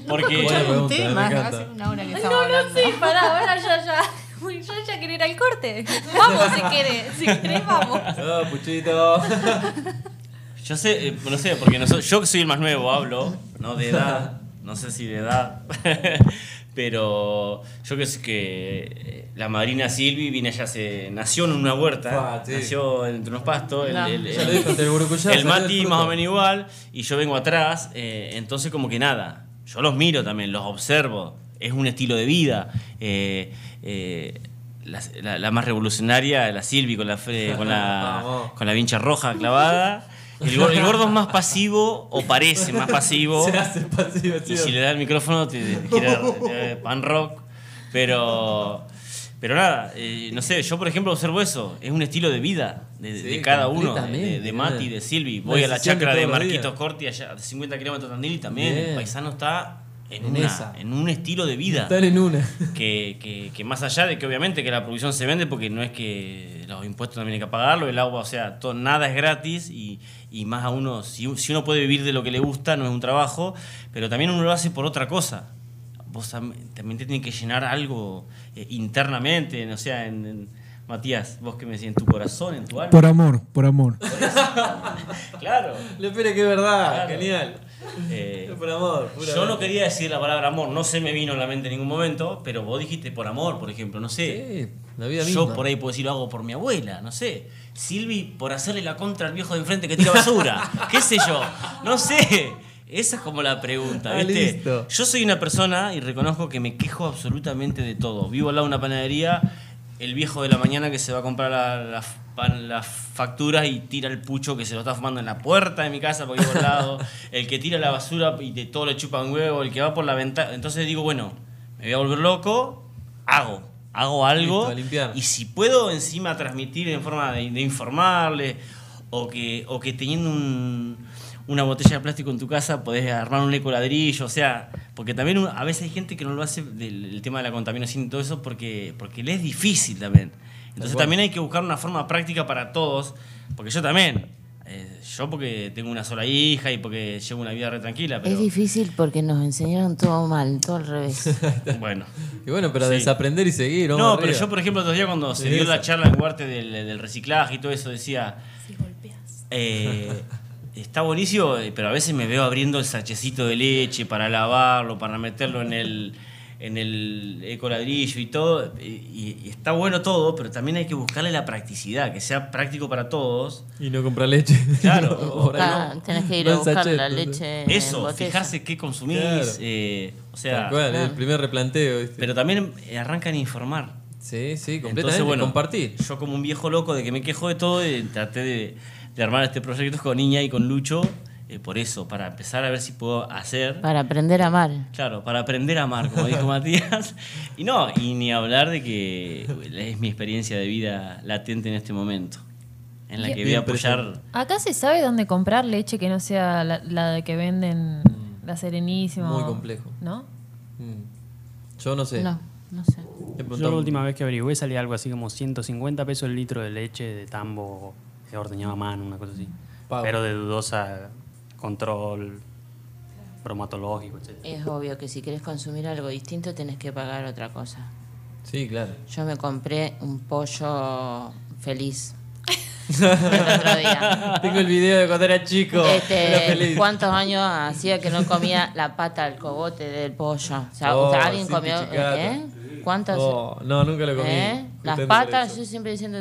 porque escuchar. Un pregunta, me tema, encanta. hace una hora que No, estamos no, hablando. sí, pará, ahora ya, ya. Uy, Yo ya quiero ir al corte. Vamos si querés, si querés, vamos. No, puchito. Yo sé, eh, no sé, porque nosotros, yo que soy el más nuevo hablo, no de edad, no sé si de edad, pero yo que sé que eh, la madrina Silvi viene allá, se, nació en una huerta, Ah, sí. nació entre unos pastos, el, No. el- Ya el- lo dijo, hasta el Gurucuyá el salió del Mati fruto. más o menos igual, y yo vengo atrás, eh, entonces como que nada, yo los miro también, los observo, es un estilo de vida. eh, eh, la, la- la más revolucionaria, la Silvi con la, fe- con la, Vamos. con la vincha roja clavada. El, gor- el gordo es más pasivo o parece más pasivo. Se hace pasivo, Y tío. si le da el micrófono te, te tira eh, pan rock. Pero, pero nada, eh, no sé, yo por ejemplo observo eso. Es un estilo de vida de, Sí, de cada uno. De- De, completamente, Mati, ¿verdad? de Silvi. Una Voy a la decisión de chacra de todos los Marquitos días. Corti, allá de 50 kilómetros de Tandil y también el Bien. paisano está en, En una- esa. en un estilo de vida Están en una. que, que- que más allá de que obviamente que la producción se vende porque no es que los impuestos también hay que pagarlo, el agua, o sea, todo, nada es gratis y, y más a uno, si, si uno puede vivir de lo que le gusta, no es un trabajo, pero también uno lo hace por otra cosa. Vos tam- también te tiene que llenar algo eh, internamente, en- o sea, en, en- Matías, vos que me decís, en tu corazón, en tu alma. Por amor, por amor. Claro. Le espera que es verdad, Claro. genial. Eh, Por amor, pura yo no verdad. quería decir la palabra amor, no se me vino a la mente en ningún momento, pero vos dijiste por amor, por ejemplo, no sé. Sí, la vida misma. Yo por ahí puedo decir lo hago por mi abuela, no sé. Silvi por hacerle la contra al viejo de enfrente que tira basura. ¿Qué sé yo? No sé. Esa es como la pregunta, Ah, ¿viste? listo. Yo soy una persona y reconozco que me quejo absolutamente de todo. Vivo al lado de una panadería, el viejo de la mañana que se va a comprar la- la pan- las facturas y tira el pucho que se lo está fumando en la puerta de mi casa porque vivo al lado, el que tira la basura y de todo le chupa un huevo, el que va por la ventana. Entonces digo, bueno, me voy a volver loco, hago, hago algo. Listo, a limpiar. Y si puedo encima transmitir en forma de, de informarle o que, o que teniendo un- una botella de plástico en tu casa podés armar un eco ladrillo, o sea, porque también un- a veces hay gente que no lo hace del el tema de la contaminación y todo eso porque, porque le es difícil también. Entonces cual. también hay que buscar una forma práctica para todos, porque yo también, eh, yo porque tengo una sola hija y porque llevo una vida re tranquila, pero Es difícil porque nos enseñaron todo mal, todo al revés. bueno. Y bueno, pero Sí. desaprender y seguir. vamos No, pero arriba. yo, por ejemplo, otro día cuando se Sí, dio esa. la charla en Huarte del, del reciclaje y todo eso, decía. eh, está buenísimo, eh, pero a veces me veo abriendo el sachecito de leche para lavarlo, para meterlo en el, en el ecoladrillo y todo. Y, y- y está bueno todo, pero también hay que buscarle la practicidad, que sea práctico para todos. Y no comprar leche. Claro. Por ahí Ah, no. tenés que ir No a en buscar sachet, la no sé. leche. en Eso, Eh, botella. fijarse qué consumís. Claro. eh, o sea, Tal cual, el primer replanteo. ¿viste? pero también eh, arrancan a informar. sí, sí, completamente. Entonces, bueno, compartir. Yo como un viejo loco de que me quejo de todo, eh, traté de, de armar este proyecto con Niña y con Lucho, eh, por eso, para empezar a ver si puedo hacer. Para aprender a amar. Claro, para aprender a amar, como dijo Matías. Y no, y ni hablar de que es mi experiencia de vida latente en este momento, en la que voy a Bien presente. apoyar. Acá se sabe dónde comprar leche que no sea la, la de que venden la Serenísima. Muy o- complejo. ¿No? Mm. Yo no sé. No. No sé. Yo la última vez que averigüé salía algo así como 150 pesos el litro de leche de tambo que ordeñaba a mano, una cosa así. Pago. Pero de dudosa control bromatológico, etc. Es obvio que si quieres consumir algo distinto tenés que pagar otra cosa. Sí, claro. Yo me compré un pollo feliz el otro día. Tengo el video de cuando era chico. Era Este, feliz. ¿Cuántos años hacía que no comía la pata al cogote del pollo? O sea, Oh, o sea, alguien sí, comió. pichicata. ¿eh? ¿Cuántos? Oh, no, nunca lo comí. ¿eh? Justamente Las por patas, eso. yo siempre diciendo.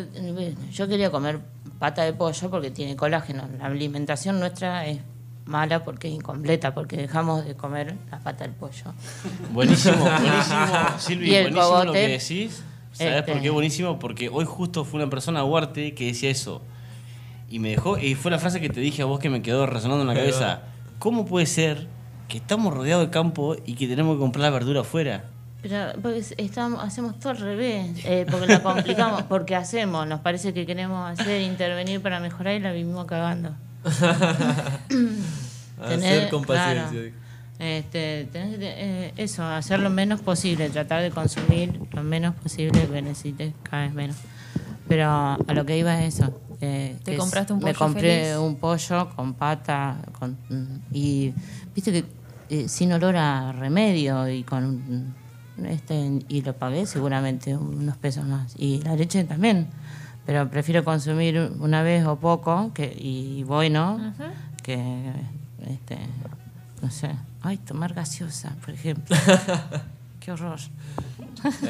Yo quería comer pata de pollo porque tiene colágeno. La alimentación nuestra es mala porque es incompleta, porque dejamos de comer la pata del pollo. Buenísimo, buenísimo, Silvi, Y el buenísimo lo cogote. que decís. ¿Sabes Este. por qué buenísimo? Porque hoy justo fue una persona a Huarte que decía eso. Y me dejó, y fue la frase que te dije a vos que me quedó resonando en la cabeza. ¿Cómo puede ser que estamos rodeados de campo y que tenemos que comprar la verdura afuera? Pero porque es- estamos, hacemos todo al revés, eh, porque la complicamos, porque hacemos, nos parece que queremos hacer, intervenir para mejorar y la vivimos cagando. Hacer Ah, con claro, paciencia. este, tenés que te- eh, eso, hacer lo menos posible, tratar de consumir lo menos posible, que necesites cada vez menos. Pero a lo que iba es eso. eh, ¿Te que es- compraste un Me pollo compré feliz? un pollo con pata con, mm, y viste que eh, sin olor a remedio y con mm, este y lo pagué seguramente unos pesos más y la leche también pero prefiero consumir una vez o poco que y voy no que este no sé ay tomar gaseosa por ejemplo qué horror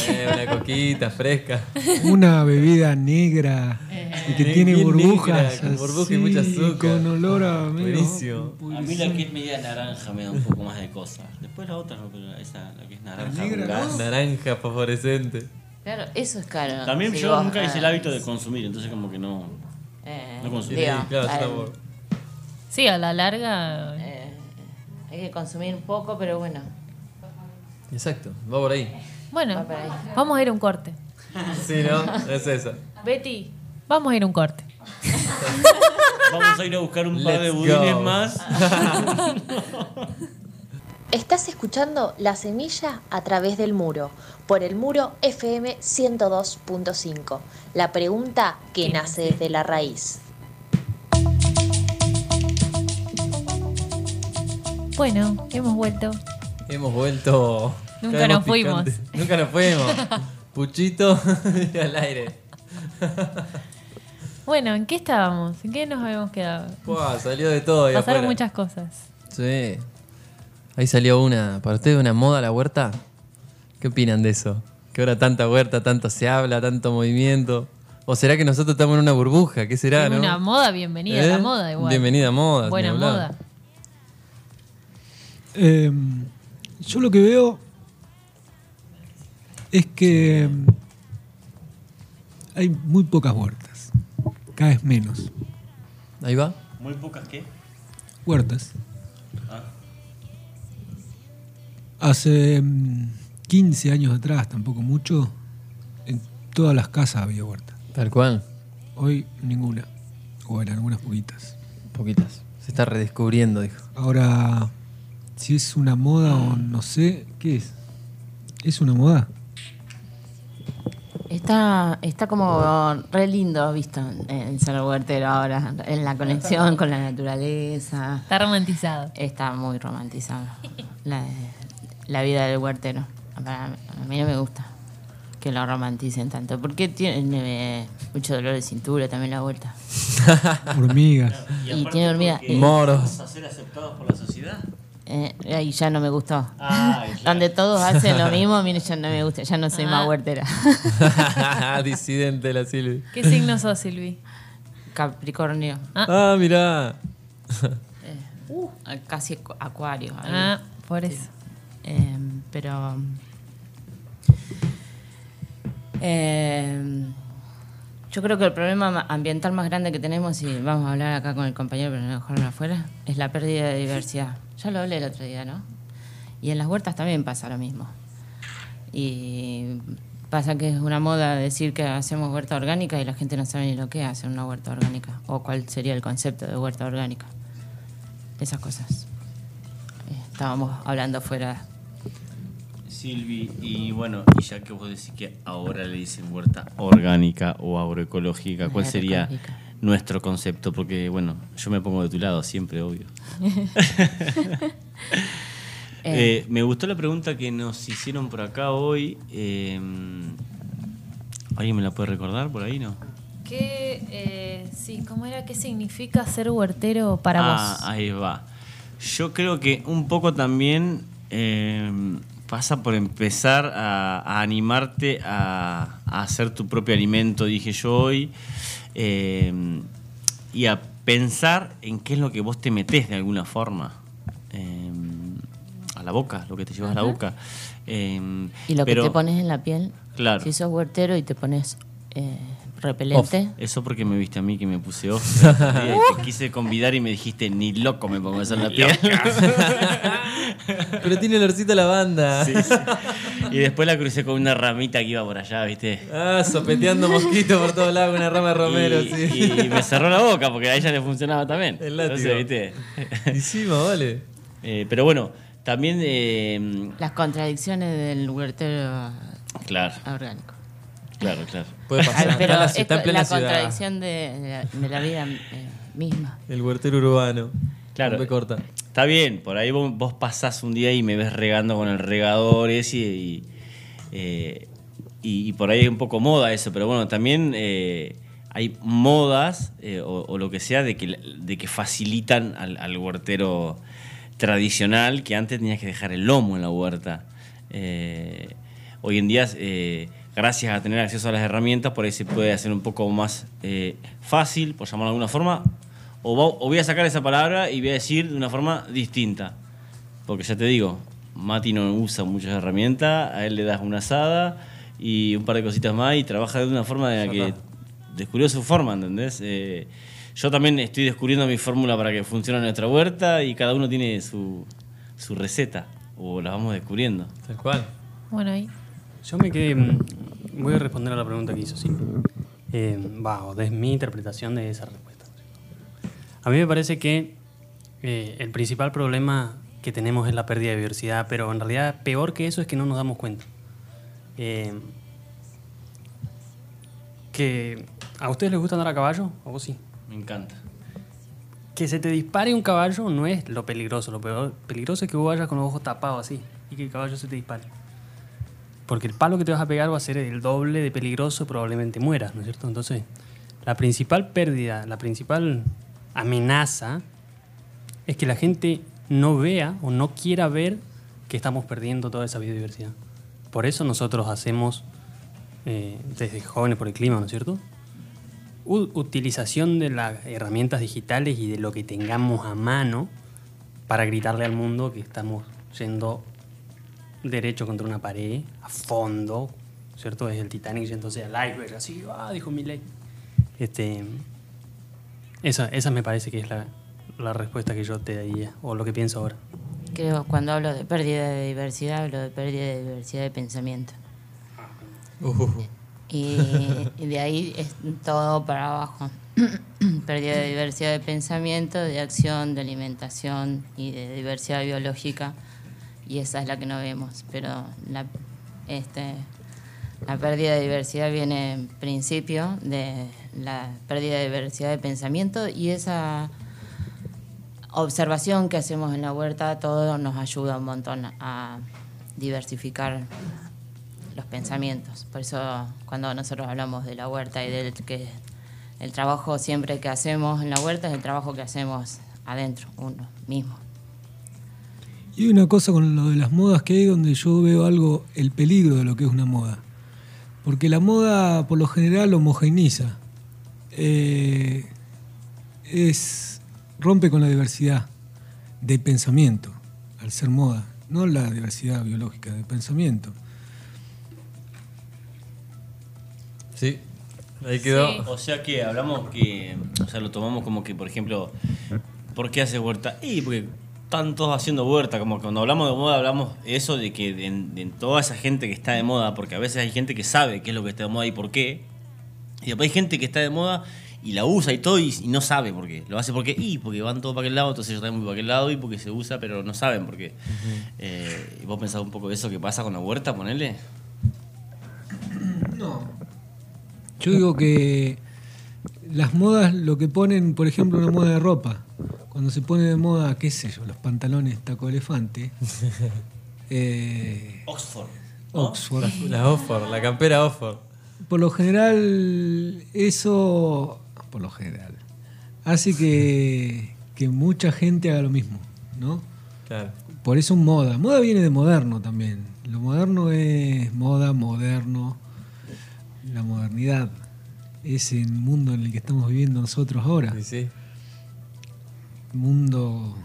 Eh, una coquita fresca. Una bebida negra y que Bien tiene negra, burbujas. con burbujas y así, mucha azúcar. Con olor a. medio- Buenísimo. A mí la que es media naranja me da un poco más de cosa. Después la otra, no, pero esa, la que es naranja. negra, con gas. Naranja fosforescente. claro eso es caro También Si yo vos, nunca hice ah, el hábito de consumir, entonces como que no. eh, no consumí. digo, Sí, claro, yo al- tampoco. Sí, a la larga. eh, hay que consumir poco pero bueno Exacto, va por ahí. Bueno, Va para ahí. vamos a ir a un corte. Sí, ¿no? Es esa. Betty, vamos a ir a un corte. Vamos a ir a buscar un par de Let's budines go. más. Ah. Estás escuchando La Semilla a través del muro, por el muro FM 102.5. La pregunta que nace desde la raíz. Bueno, hemos vuelto. Hemos vuelto. Nunca Cada vez más nos fuimos. picante. Nunca nos fuimos. Puchito y al aire. Bueno, ¿en qué estábamos? ¿En qué nos habíamos quedado? Buah, salió de todo. ahí Pasaron afuera. muchas cosas. Sí. Ahí salió una. ¿Para ustedes una moda la huerta? ¿Qué opinan de eso? Que ahora tanta huerta, tanto se habla, tanto movimiento. ¿O será que nosotros estamos en una burbuja? ¿Qué será, Es no? una moda, bienvenida, ¿Eh? la moda igual. Bienvenida a moda. sin Buena hablar. moda. Eh, yo lo que veo es que eh, hay muy pocas huertas, cada vez menos. Ahí va. Muy pocas Ah. que. Huertas. Hace mm, 15 años atrás, tampoco mucho, en todas las casas había huertas. Tal cual. Hoy ninguna, o en algunas poquitas. Poquitas. Se está redescubriendo, dijo. Ahora, si es una moda o no sé, ¿qué es? ¿Es una moda? Está, está como re lindo visto el Cerro Huertero ahora, en la conexión con la naturaleza. Está romantizado. Está muy romantizado la, la vida del huertero. Para- a mí no me gusta que lo romanticen tanto, porque tiene eh, mucho dolor de cintura también la huerta. Hormigas. Y tiene hormigas. hormigas Moros. a ser aceptados por la sociedad? Eh, ahí ya no me gustó. Ay, Donde todos hacen lo mismo, mire, ya no me gusta, ya no soy más huertera. Disidente la Silvi. ¿Qué signo sos, Silvi? Capricornio, Ah, mirá. casi acu- acuario. ahí. Ah, por eso. Eh, pero. eh, yo creo que el problema ma- ambiental más grande que tenemos, y vamos a hablar acá con el compañero, pero no dejaron afuera, es la pérdida de diversidad. Ya lo hablé el otro día, ¿no? Y en las huertas también pasa lo mismo. Y pasa que es una moda decir que hacemos huerta orgánica y la gente no sabe ni lo que es hacer una huerta orgánica o cuál sería el concepto de huerta orgánica. Esas cosas. Eh, Estábamos hablando fuera Silvi, y bueno, y ya que vos decís que ahora le dicen huerta orgánica o agroecológica, ¿cuál sería Agroecológica. nuestro concepto? Porque bueno, yo me pongo de tu lado siempre, obvio. Eh, me gustó la pregunta que nos hicieron por acá hoy. eh, ¿Alguien me la puede recordar por ahí, no? ¿Qué, eh, sí, ¿Cómo era? ¿Qué significa ser huertero para ah, vos? ahí va. Yo creo que un poco también eh, pasa por empezar a, a animarte a, a hacer tu propio alimento, dije yo hoy, eh, y a pensar en qué es lo que vos te metés de alguna forma. eh, a la boca, lo que te llevas a la boca. Eh, Y lo pero- que te pones en la piel, Claro. si sos huertero y te pones eh, repelente, Eso porque me viste a mí que me puse off. el otro día y Te quise convidar y me dijiste, ni loco me pongo eso en la piel. Pero tiene olorcito a lavanda. Sí, sí. Y después la crucé con una ramita que iba por allá, ¿viste? Ah, sopeteando mosquitos por todos lados, una rama de romero, y, sí. y me cerró la boca porque a ella le funcionaba también. El látigo. Entonces, ¿viste? Encima, vale. Eh, pero bueno, también. eh, las contradicciones del huertero claro, orgánico. claro, claro. Puede Ay, pasar. Está pero en la- esto- está en plena la ciudad. contradicción de la, de la vida eh, misma. El huertero urbano. Claro. Me corta. Está bien, por ahí vos, vos pasás un día y me ves regando con el regador ese y, y, eh, y- y por ahí es un poco moda eso, pero bueno, también eh, hay modas eh, o, o lo que sea de que, la- de que facilitan al, al huertero tradicional que antes tenías que dejar el lomo en la huerta. Eh, hoy en día, eh, gracias a tener acceso a las herramientas, por ahí se puede hacer un poco más eh, fácil, por llamarlo de alguna forma, o, va- o voy a sacar esa palabra y voy a decir de una forma distinta. Porque ya te digo, Mati no usa muchas herramientas, a él le das una asada y un par de cositas más y trabaja de una forma de la que descubrió su forma, ¿entendés? Eh, yo también estoy descubriendo mi fórmula para que funcione nuestra huerta y cada uno tiene su, su receta o la vamos descubriendo. Tal cual. Bueno, ahí. Yo me quedé. mm, Voy a responder a la pregunta que hizo Silvia. Eh, Va, o es mi interpretación de esa respuesta. A mí me parece que eh, el principal problema que tenemos es la pérdida de diversidad, pero en realidad peor que eso es que no nos damos cuenta. Eh, que ¿A ustedes les gusta andar a caballo? ¿O vos sí? Me encanta. Que se te dispare un caballo no es lo peligroso. Lo peor- peligroso es que vos vayas con los ojos tapados así y que el caballo se te dispare. Porque el palo que te vas a pegar va a ser el doble de peligroso, probablemente mueras, ¿no es cierto? Entonces, la principal pérdida, la principal amenaza es que la gente no vea o no quiera ver que estamos perdiendo toda esa biodiversidad. Por eso nosotros hacemos, eh, desde jóvenes por el clima, ¿no es cierto? U- utilización de las herramientas digitales y de lo que tengamos a mano para gritarle al mundo que estamos yendo derecho contra una pared, a fondo, ¿cierto? Es el Titanic yéndose al iceberg, así, ah, dijo Miley. Este, esa, esa me parece que es la, la respuesta que yo te daría, o lo que pienso ahora. Creo cuando hablo de pérdida de diversidad, hablo de pérdida de diversidad de pensamiento. Uh, Y, y de ahí es todo para abajo. Pérdida de diversidad de pensamiento, de acción, de alimentación y de diversidad biológica. Y esa es la que no vemos. Pero la, este, la pérdida de diversidad viene en principio de la pérdida de diversidad de pensamiento y esa observación que hacemos en la huerta todo nos ayuda un montón a diversificar los pensamientos. Por eso cuando nosotros hablamos de la huerta y del que el trabajo siempre que hacemos en la huerta es el trabajo que hacemos adentro, uno mismo. Y hay una cosa con lo de las modas que hay donde yo veo algo, el peligro de lo que es una moda. Porque la moda por lo general homogeniza. Eh, es, rompe con la diversidad de pensamiento al ser moda, no la diversidad biológica de pensamiento. sí. Ahí quedó. O sea que hablamos que, o sea, lo tomamos como que, por ejemplo, ¿por qué haces huerta? Y porque están todos haciendo huerta, como que cuando hablamos de moda hablamos eso de que de, de toda esa gente que está de moda, porque a veces hay gente que sabe qué es lo que está de moda y por qué, y después hay gente que está de moda y la usa y todo y, y no sabe por qué. Lo hace porque, y porque van todos para aquel lado, entonces yo también voy para aquel lado y porque se usa, pero no saben por qué. Eh, ¿y ¿Vos pensás un poco de eso que pasa con la huerta, ponele? No. Yo digo que las modas, lo que ponen, por ejemplo, una moda de ropa. Cuando se pone de moda, qué sé yo, los pantalones taco elefante. eh, Oxford. Oxford. La Oxford, la campera Oxford. Por lo general, eso. Por lo general. Hace que, que mucha gente haga lo mismo, ¿no? Claro. Por eso moda. Moda viene de moderno también. Lo moderno es moda, moderno. La modernidad. Es el mundo en el que estamos viviendo nosotros ahora. Sí, sí. Mundo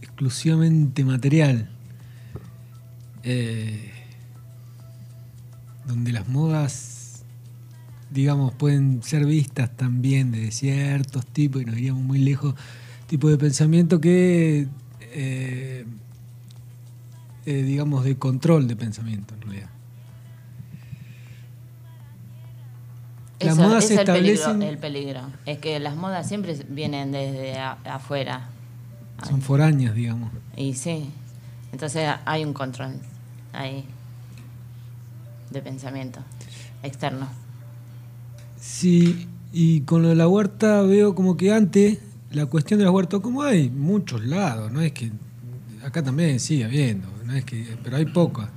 exclusivamente material. Eh, donde las modas, digamos, pueden ser vistas también de ciertos tipos, y nos iríamos muy lejos, tipo de pensamiento que, eh, eh, digamos, de control de pensamiento en realidad. Las Eso modas es se el establecen, peligro, el peligro. Es que las modas siempre vienen desde a- afuera. son foráneas, digamos. Y sí, entonces hay un control ahí de pensamiento externo. Sí, y con lo de la huerta veo como que antes la cuestión de la huerta, como hay muchos lados, no es que acá también sigue habiendo, no es que, pero hay pocas.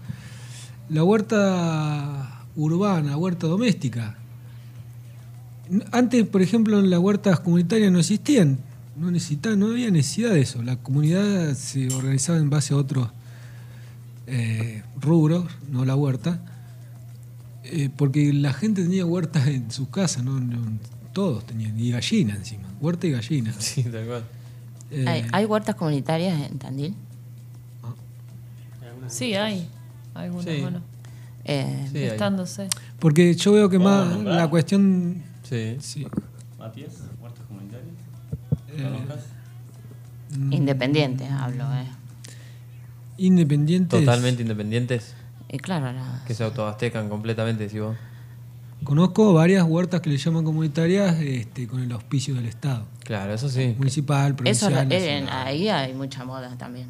La huerta urbana, huerta doméstica. N- Antes, por ejemplo, en las huertas comunitarias no existían, no necesitaban, no había necesidad de eso. La comunidad se organizaba en base a otros eh, rubros, no la huerta. Eh, porque la gente tenía huertas en sus casas, ¿no? No, todos tenían, y gallina encima, huerta y gallina. Sí, tal cual. Eh, ¿Hay, hay huertas comunitarias en Tandil? Sí, hay. Algunos, Sí. bueno, Eh, Sí, hay. estándose. Porque yo veo que ¿Puedo más nombrar? la cuestión... Oh, Sí. sí, Matías, huertas comunitarias. eh, Independientes, hablo. Eh. independientes. Totalmente independientes. Y claro, la- Que se autoabastecan completamente, decís vos. Conozco varias huertas que le llaman comunitarias este, con el auspicio del Estado, Claro, eso sí. municipal, eso, provincial. eh, en- nacional. ahí hay mucha moda también,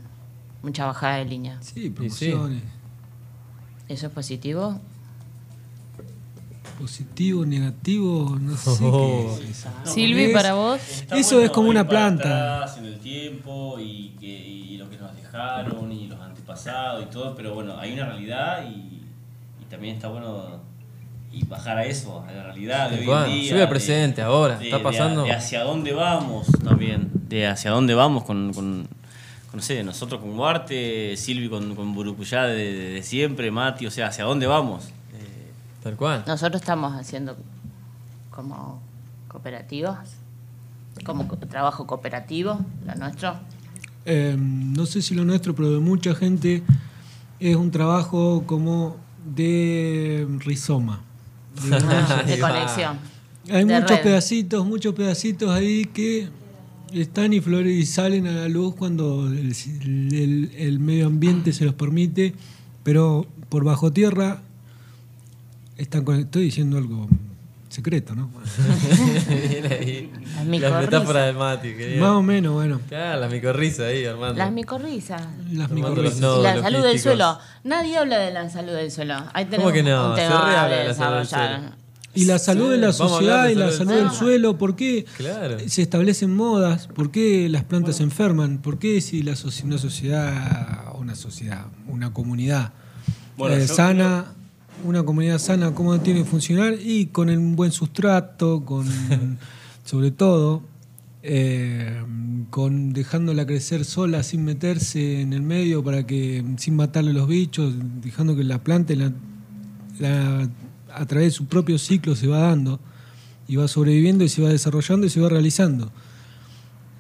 mucha bajada de línea. Sí, promociones. ¿Eso es positivo? Positivo, negativo, no sé Oh. qué es eso. Ah, Silvi, Es- para vos. Está Eso es como ir una para planta. atrás en el tiempo y, que, y lo que nos dejaron y los antepasados y todo, pero bueno, hay una realidad y, y también está bueno y bajar a eso, a la realidad de Tal hoy cual. en día. Sube al de- presente ahora, de- está de- pasando. De, hacia dónde vamos también, de hacia dónde vamos con... con con, no sé, nosotros con Huarte, Silvi con, con Burucuyá de, de- de siempre, Mati, o sea, ¿hacia dónde vamos? Eh, Tal cual. Nosotros estamos haciendo como cooperativas, como co- trabajo cooperativo, lo nuestro. Eh, no sé si lo nuestro, pero de mucha gente es un trabajo como de rizoma. Ah, de Ahí va. conexión. Hay De muchos red. pedacitos, muchos pedacitos ahí que están y flore- y salen a la luz cuando el, el- el medio ambiente se los permite, pero por bajo tierra están con- estoy diciendo algo secreto, ¿no? Bien ahí. Las La micorrisas. metáfora del Mati, Más querido. o menos, bueno, Claro, la micorrisa ahí, Armando. Las micorrizas. las Tomando micorrizas. los nodos la salud del logísticos. suelo. Nadie habla de la salud del suelo. Ahí tenemos que no? un Se tema re a habla de la salud del desarrollar. suelo. Y la salud de Sí, la vamos a hablar sociedad de y la salud del salud del suelo. suelo, ¿por qué Claro. se establecen modas? ¿Por qué las plantas se enferman? ¿Por qué si la soci- una sociedad, una sociedad, una comunidad Bueno, eh, yo sana, una comunidad sana, cómo tiene que funcionar? Y con el- un buen sustrato, con sobre todo, eh, con dejándola crecer sola sin meterse en el medio para que sin matarle los bichos, dejando que la planta la la- a través de su propio ciclo se va dando y va sobreviviendo y se va desarrollando y se va realizando.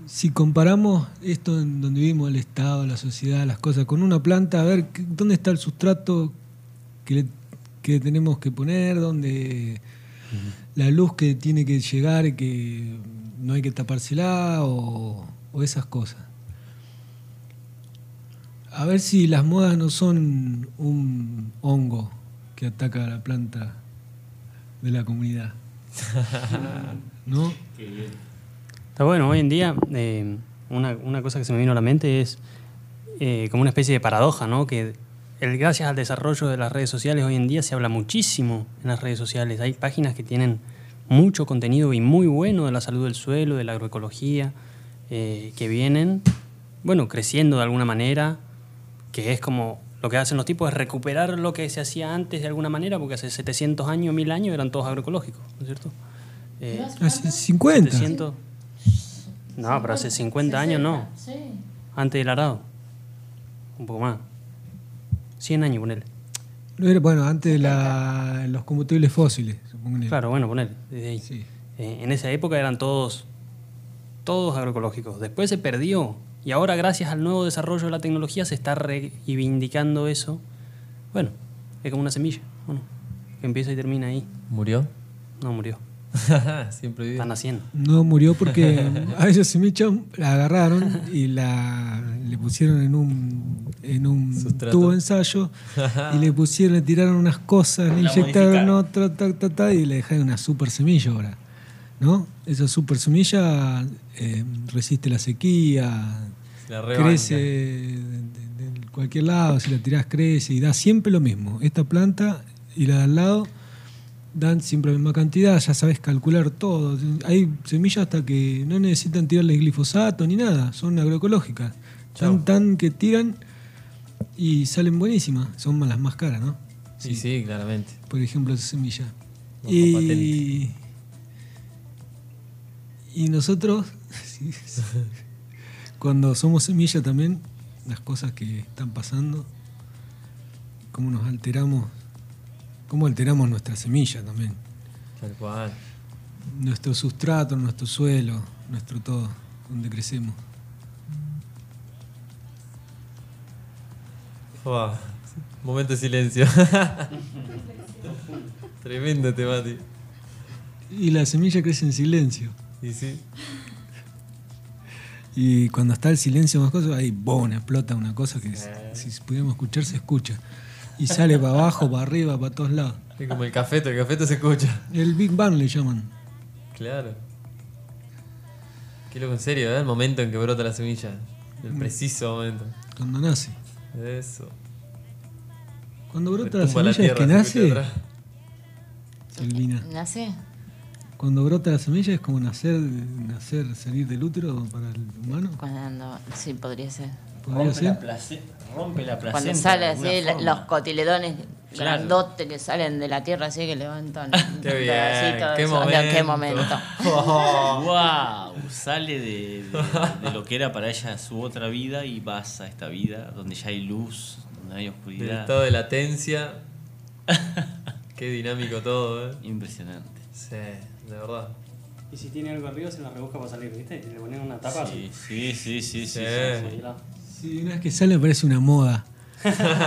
Si comparamos esto en donde vivimos, el Estado, la sociedad, las cosas, con una planta, a ver qué- dónde está el sustrato que le, que le tenemos que poner, dónde la luz que tiene que llegar, que no hay que tapársela o, o esas cosas. A ver si las modas no son un hongo que ataca a la planta de la comunidad. ¿No? Qué bien. Está bueno, hoy en día eh, una, una cosa que se me vino a la mente es eh, como una especie de paradoja, ¿no? Que el, gracias al desarrollo de las redes sociales hoy en día se habla muchísimo en las redes sociales. Hay páginas que tienen mucho contenido y muy bueno de la salud del suelo, de la agroecología, eh, que vienen, bueno, creciendo de alguna manera, que es como lo que hacen los tipos es recuperar lo que se hacía antes de alguna manera, porque hace 700 años, 1000 años eran todos agroecológicos, ¿no es cierto? Eh, Hace 50. 700. No, pero hace 50 años no. Antes del arado. Un poco más. 100 años, ponele. No era- Bueno, antes de la- los combustibles fósiles, supongo. Claro, bueno, ponele. desde ahí. Sí. Eh, en esa época eran todos, todos agroecológicos. Después se perdió. Y ahora, gracias al nuevo desarrollo de la tecnología, se está reivindicando eso. Bueno, es como una semilla. ¿o no? que empieza y termina ahí. ¿Murió? No murió. Siempre Está vive. naciendo. No murió porque a esa semilla la agarraron y la le pusieron en un en un Sustrato. tubo de ensayo y le pusieron, le tiraron unas cosas, le La inyectaron modificaron. otra, ta, ta, ta, y le dejaron una super semilla ahora. ¿No? Esa super semilla eh, resiste la sequía, La rebanca. crece de, de- de cualquier lado, si la tirás crece y da siempre lo mismo. Esta planta y la de al lado dan siempre la misma cantidad, ya sabes calcular todo. Hay semillas hasta que no necesitan tirarle glifosato ni nada, son agroecológicas. Son tan que tiran y salen buenísimas, son más- las más caras, ¿no? Sí, sí, claramente. Por ejemplo, esa semilla. No, Y, y nosotros, sí, sí. cuando somos semilla también, las cosas que están pasando, cómo nos alteramos, cómo alteramos nuestra semilla también, Tal cual. nuestro sustrato, nuestro suelo, nuestro todo, donde crecemos. Fua. Momento de silencio. Tremendo te, Mati. Y la semilla crece en silencio. Y sí. Y cuando está el silencio más cosas, ahí boom, explota una cosa que si si pudiéramos escuchar se escucha. Y sale para abajo, para arriba, para todos lados. Es como el cafeto, el cafeto se escucha. El Big Bang le llaman. Claro. Qué loco, en serio, ¿eh? El momento en que brota la semilla. Mm. El preciso momento. Cuando nace. Eso. Cuando brota la Retumba semilla es que se nace. escucha atrás. Silvina. ¿Nace? Cuando brota la semilla es como nacer, nacer, salir del útero para el humano. Cuando, sí, podría ser. ¿Podría ser? place- rompe la placenta. Cuando de sale alguna así, la- forma. los cotiledones Claro. grandotes que salen de la tierra así que levantan. un Qué bien. pedacito de Qué sol. momento. Qué momento. wow, sale de, de- de lo que era para ella su otra vida y vas a esta vida donde ya hay luz, donde hay Del oscuridad. estado de latencia. Qué dinámico todo, ¿eh? Impresionante. Sí, de verdad. Y si tiene algo arriba, se la rebusca para salir, ¿viste? Le ponen una Sí, sí, sí, sí, sí. Sí. sí, sí. Sí, una vez que sale parece una moda.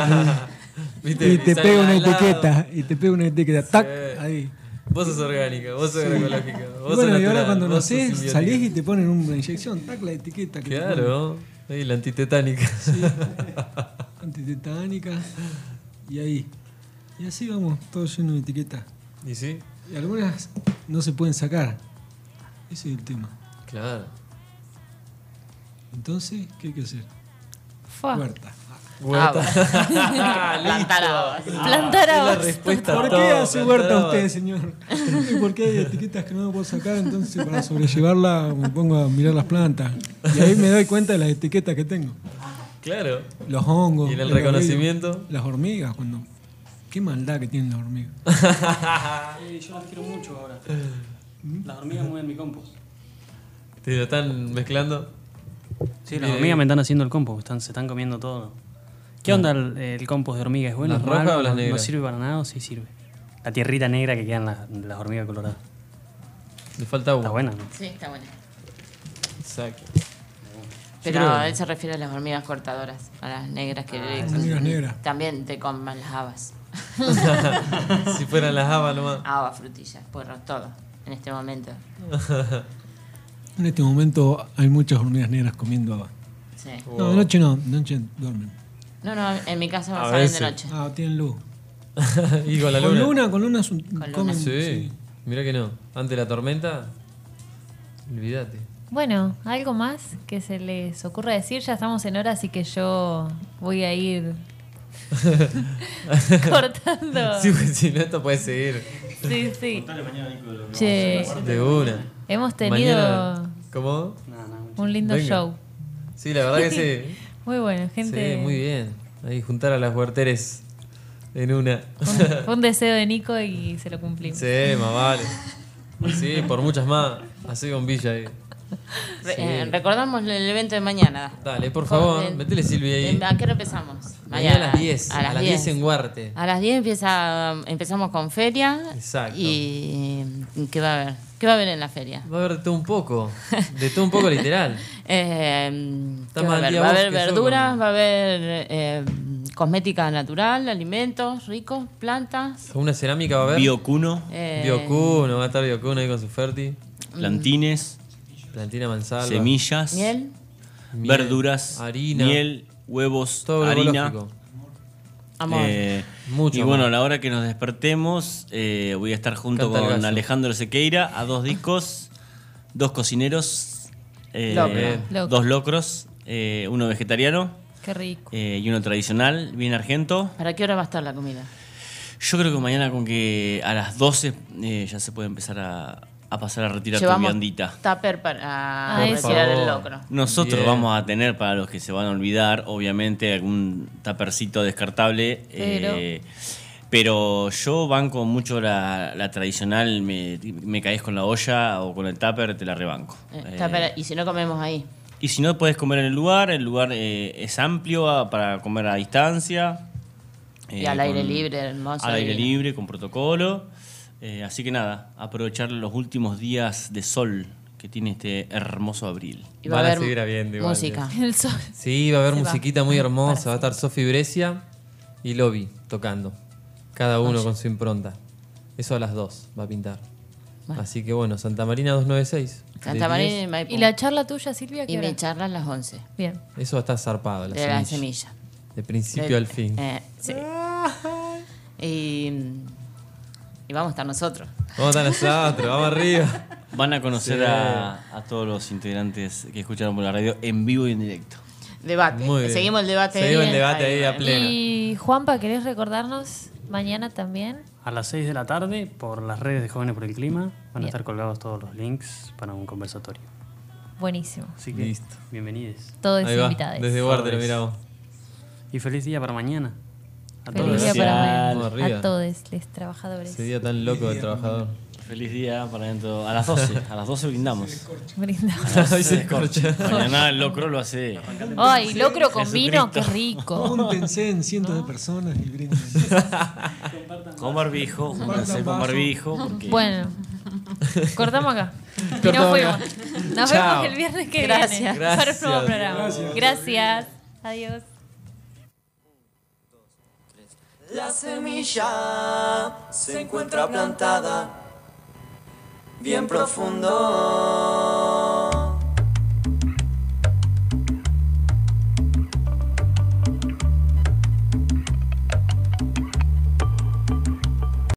¿Viste? Y te Salen pega una al lado. etiqueta. Y te pega una etiqueta. Tac, Sí. ahí. Vos sos orgánica, vos sos agroecológica. Y Vos sos bueno, y ahora natural, cuando vos sos nacés, simbiótica. salís y te ponen una inyección. Tac, la etiqueta. que te ponen. Claro, ahí la antitetánica. antitetánica y ahí. Y así vamos, todo lleno de etiquetas. ¿Y sí? Y algunas no se pueden sacar. Ese es el tema. Claro. Entonces, ¿qué hay que hacer? Fua. Huerta. Plantar agua. Ah, Plantar Ah, Es la a respuesta a ¿Por todo, qué hace plantar huerta agua. usted, señor? ¿Y por qué hay etiquetas que no me puedo sacar? Entonces, para sobrellevarla, me pongo a mirar las plantas. Y ahí me doy cuenta de las etiquetas que tengo. Claro. Los hongos. Y en el los reconocimiento. orillos, Las hormigas, cuando. Qué maldad que tienen las hormigas. yo las quiero mucho ahora. Las hormigas mueven mi compost. Te lo están mezclando. Sí, las hormigas me están haciendo el compost, están, se están comiendo todo. ¿Qué onda el, el compost de hormigas? ¿Es bueno? ¿Las ¿Es malo? rojas o las ¿No- negras? ¿No sirve para nada o sí sirve? La tierrita negra que quedan las, las hormigas coloradas. Le falta Está agua. buena, ¿no? Sí, está bueno. Exacto. Pero él se refiere a las hormigas cortadoras, a las negras Ah, que Las hormigas negras. también te coman las habas. si fueran las habas nomás. Habas, frutillas, puerros, todo. En este momento. En este momento hay muchas hormigas negras comiendo haba. Sí. No, de noche no, de noche duermen. No, no, en mi casa A salen de veces. noche. Ah, tienen luz. y con la Con luna. luna, con luna es un- luna. comen, Sí. sí. Mirá que no. Ante la tormenta, olvídate. Bueno, algo más que se les ocurra decir. Ya estamos en hora, así que yo voy a ir Ah. cortando. Sí, porque si no, esto puede seguir. Sí, sí. Contale mañana, Nico, lo que Che. vamos a hacer. De una. Hemos tenido Mañana- ¿Cómo? un lindo Venga. show. Sí, la verdad que sí. Muy bueno, gente. Sí, muy bien. Ahí juntar a las huerteres en una. Un- Fue un deseo de Nico y se lo cumplimos. Sí, más vale. Sí, por muchas más. Así con Villa ahí. Re- Sí. eh, recordamos el evento de mañana. Dale, por favor, Con- metele Silvia ahí. Eh, ¿A qué hora empezamos? Mañana a las 10. A las 10 en Huarte. A las 10 empieza, empezamos con feria. Exacto. ¿Y qué va a haber? ¿Qué va a haber en la feria? Va a haber de todo un poco. De todo un poco literal. Eh, Está ¿qué va a más al haber? día Va a vos haber que yo verduras, con- va a haber eh, cosmética natural, alimentos ricos, plantas. Con una cerámica va a haber. Biocuno, eh, mm. Biocuno, va a estar Biocuno ahí con su Ferti. plantines, Plantina mansalva. semillas, miel. miel, verduras, harina. miel, huevos, Todo lo harina. ecológico. Amor. Eh, Mucho y bueno, amor. a la hora que nos despertemos, eh, voy a estar junto Canta el con gallo. Alejandro Sequeira a dos discos, dos cocineros, eh, Locro. Locro. dos locros, eh, uno vegetariano Qué rico. eh, y uno tradicional, bien argento. ¿Para qué hora va a estar la comida? Yo creo que mañana con que a las 12 eh, ya se puede empezar a, a pasar a retirar tu Llevamos viandita. tupper para Ah, retirar eso. el locro. Nosotros Bien. vamos a tener, para los que se van a olvidar, obviamente algún tapercito descartable. Pero- eh, pero yo banco mucho la, la tradicional, me, me caes con la olla o con el tupper, te la rebanco. Eh, Eh, tupper, y si no comemos ahí. y si no, puedes comer en el lugar, el lugar eh, es amplio ah, para comer a distancia. Y eh, al aire libre, hermoso. Al aire divino. libre, con protocolo. Eh, así que nada, aprovechar los últimos días de sol que tiene este hermoso abril. Y va Van a a haber seguir habiendo igual, música. El sol. Sí, va a haber Se va. musiquita Ah, muy hermosa. Va a estar Sofi Brescia y Lobby tocando. Cada uno con su impronta. Eso a las 2 va a pintar. Así que bueno, Santa Marina 296. de Santa 10. María y Maipú. ¿Y la charla tuya, Silvia? ¿a qué Y hora? mi charla a las 11. Bien. Eso va a estar zarpado, la de semilla. la semilla. De principio Del- al fin. eh, sí. Y, y vamos a estar nosotros. Vamos a estar nosotros, vamos arriba. Van a conocer Sí. a, a todos los integrantes que escucharon por la radio en vivo y en directo. Debate. Muy bien. Seguimos el debate. Seguimos el bien. debate ahí a pleno. Y Juanpa, ¿querés recordarnos mañana también? A las 6 de la tarde, por las redes de Jóvenes por el Clima, van Bien. a estar colgados todos los links para un conversatorio. Buenísimo. Así que, Listo. bienvenidos. Todos Ahí va, invitados. desde Guardia lo miramos. Y feliz día para mañana. A Feliz todos. día para mañana. Vamos arriba. A todos los trabajadores. Ese día tan loco del trabajador. Feliz día para dentro. A las 12. A las 12 brindamos. Brindamos. Hoy se escorcha. Mañana el locro lo hace. Ay, locro con vino, qué rico. Júntense en cientos de personas y brinden. Con barbijo. Júntense con barbijo. Porque Bueno, cortamos acá. Y nos Cortamos acá. fuimos. Nos Chao. vemos el viernes que viene. Gracias. Para un nuevo Gracias. programa. Gracias. Adiós. La semilla se encuentra plantada bien profundo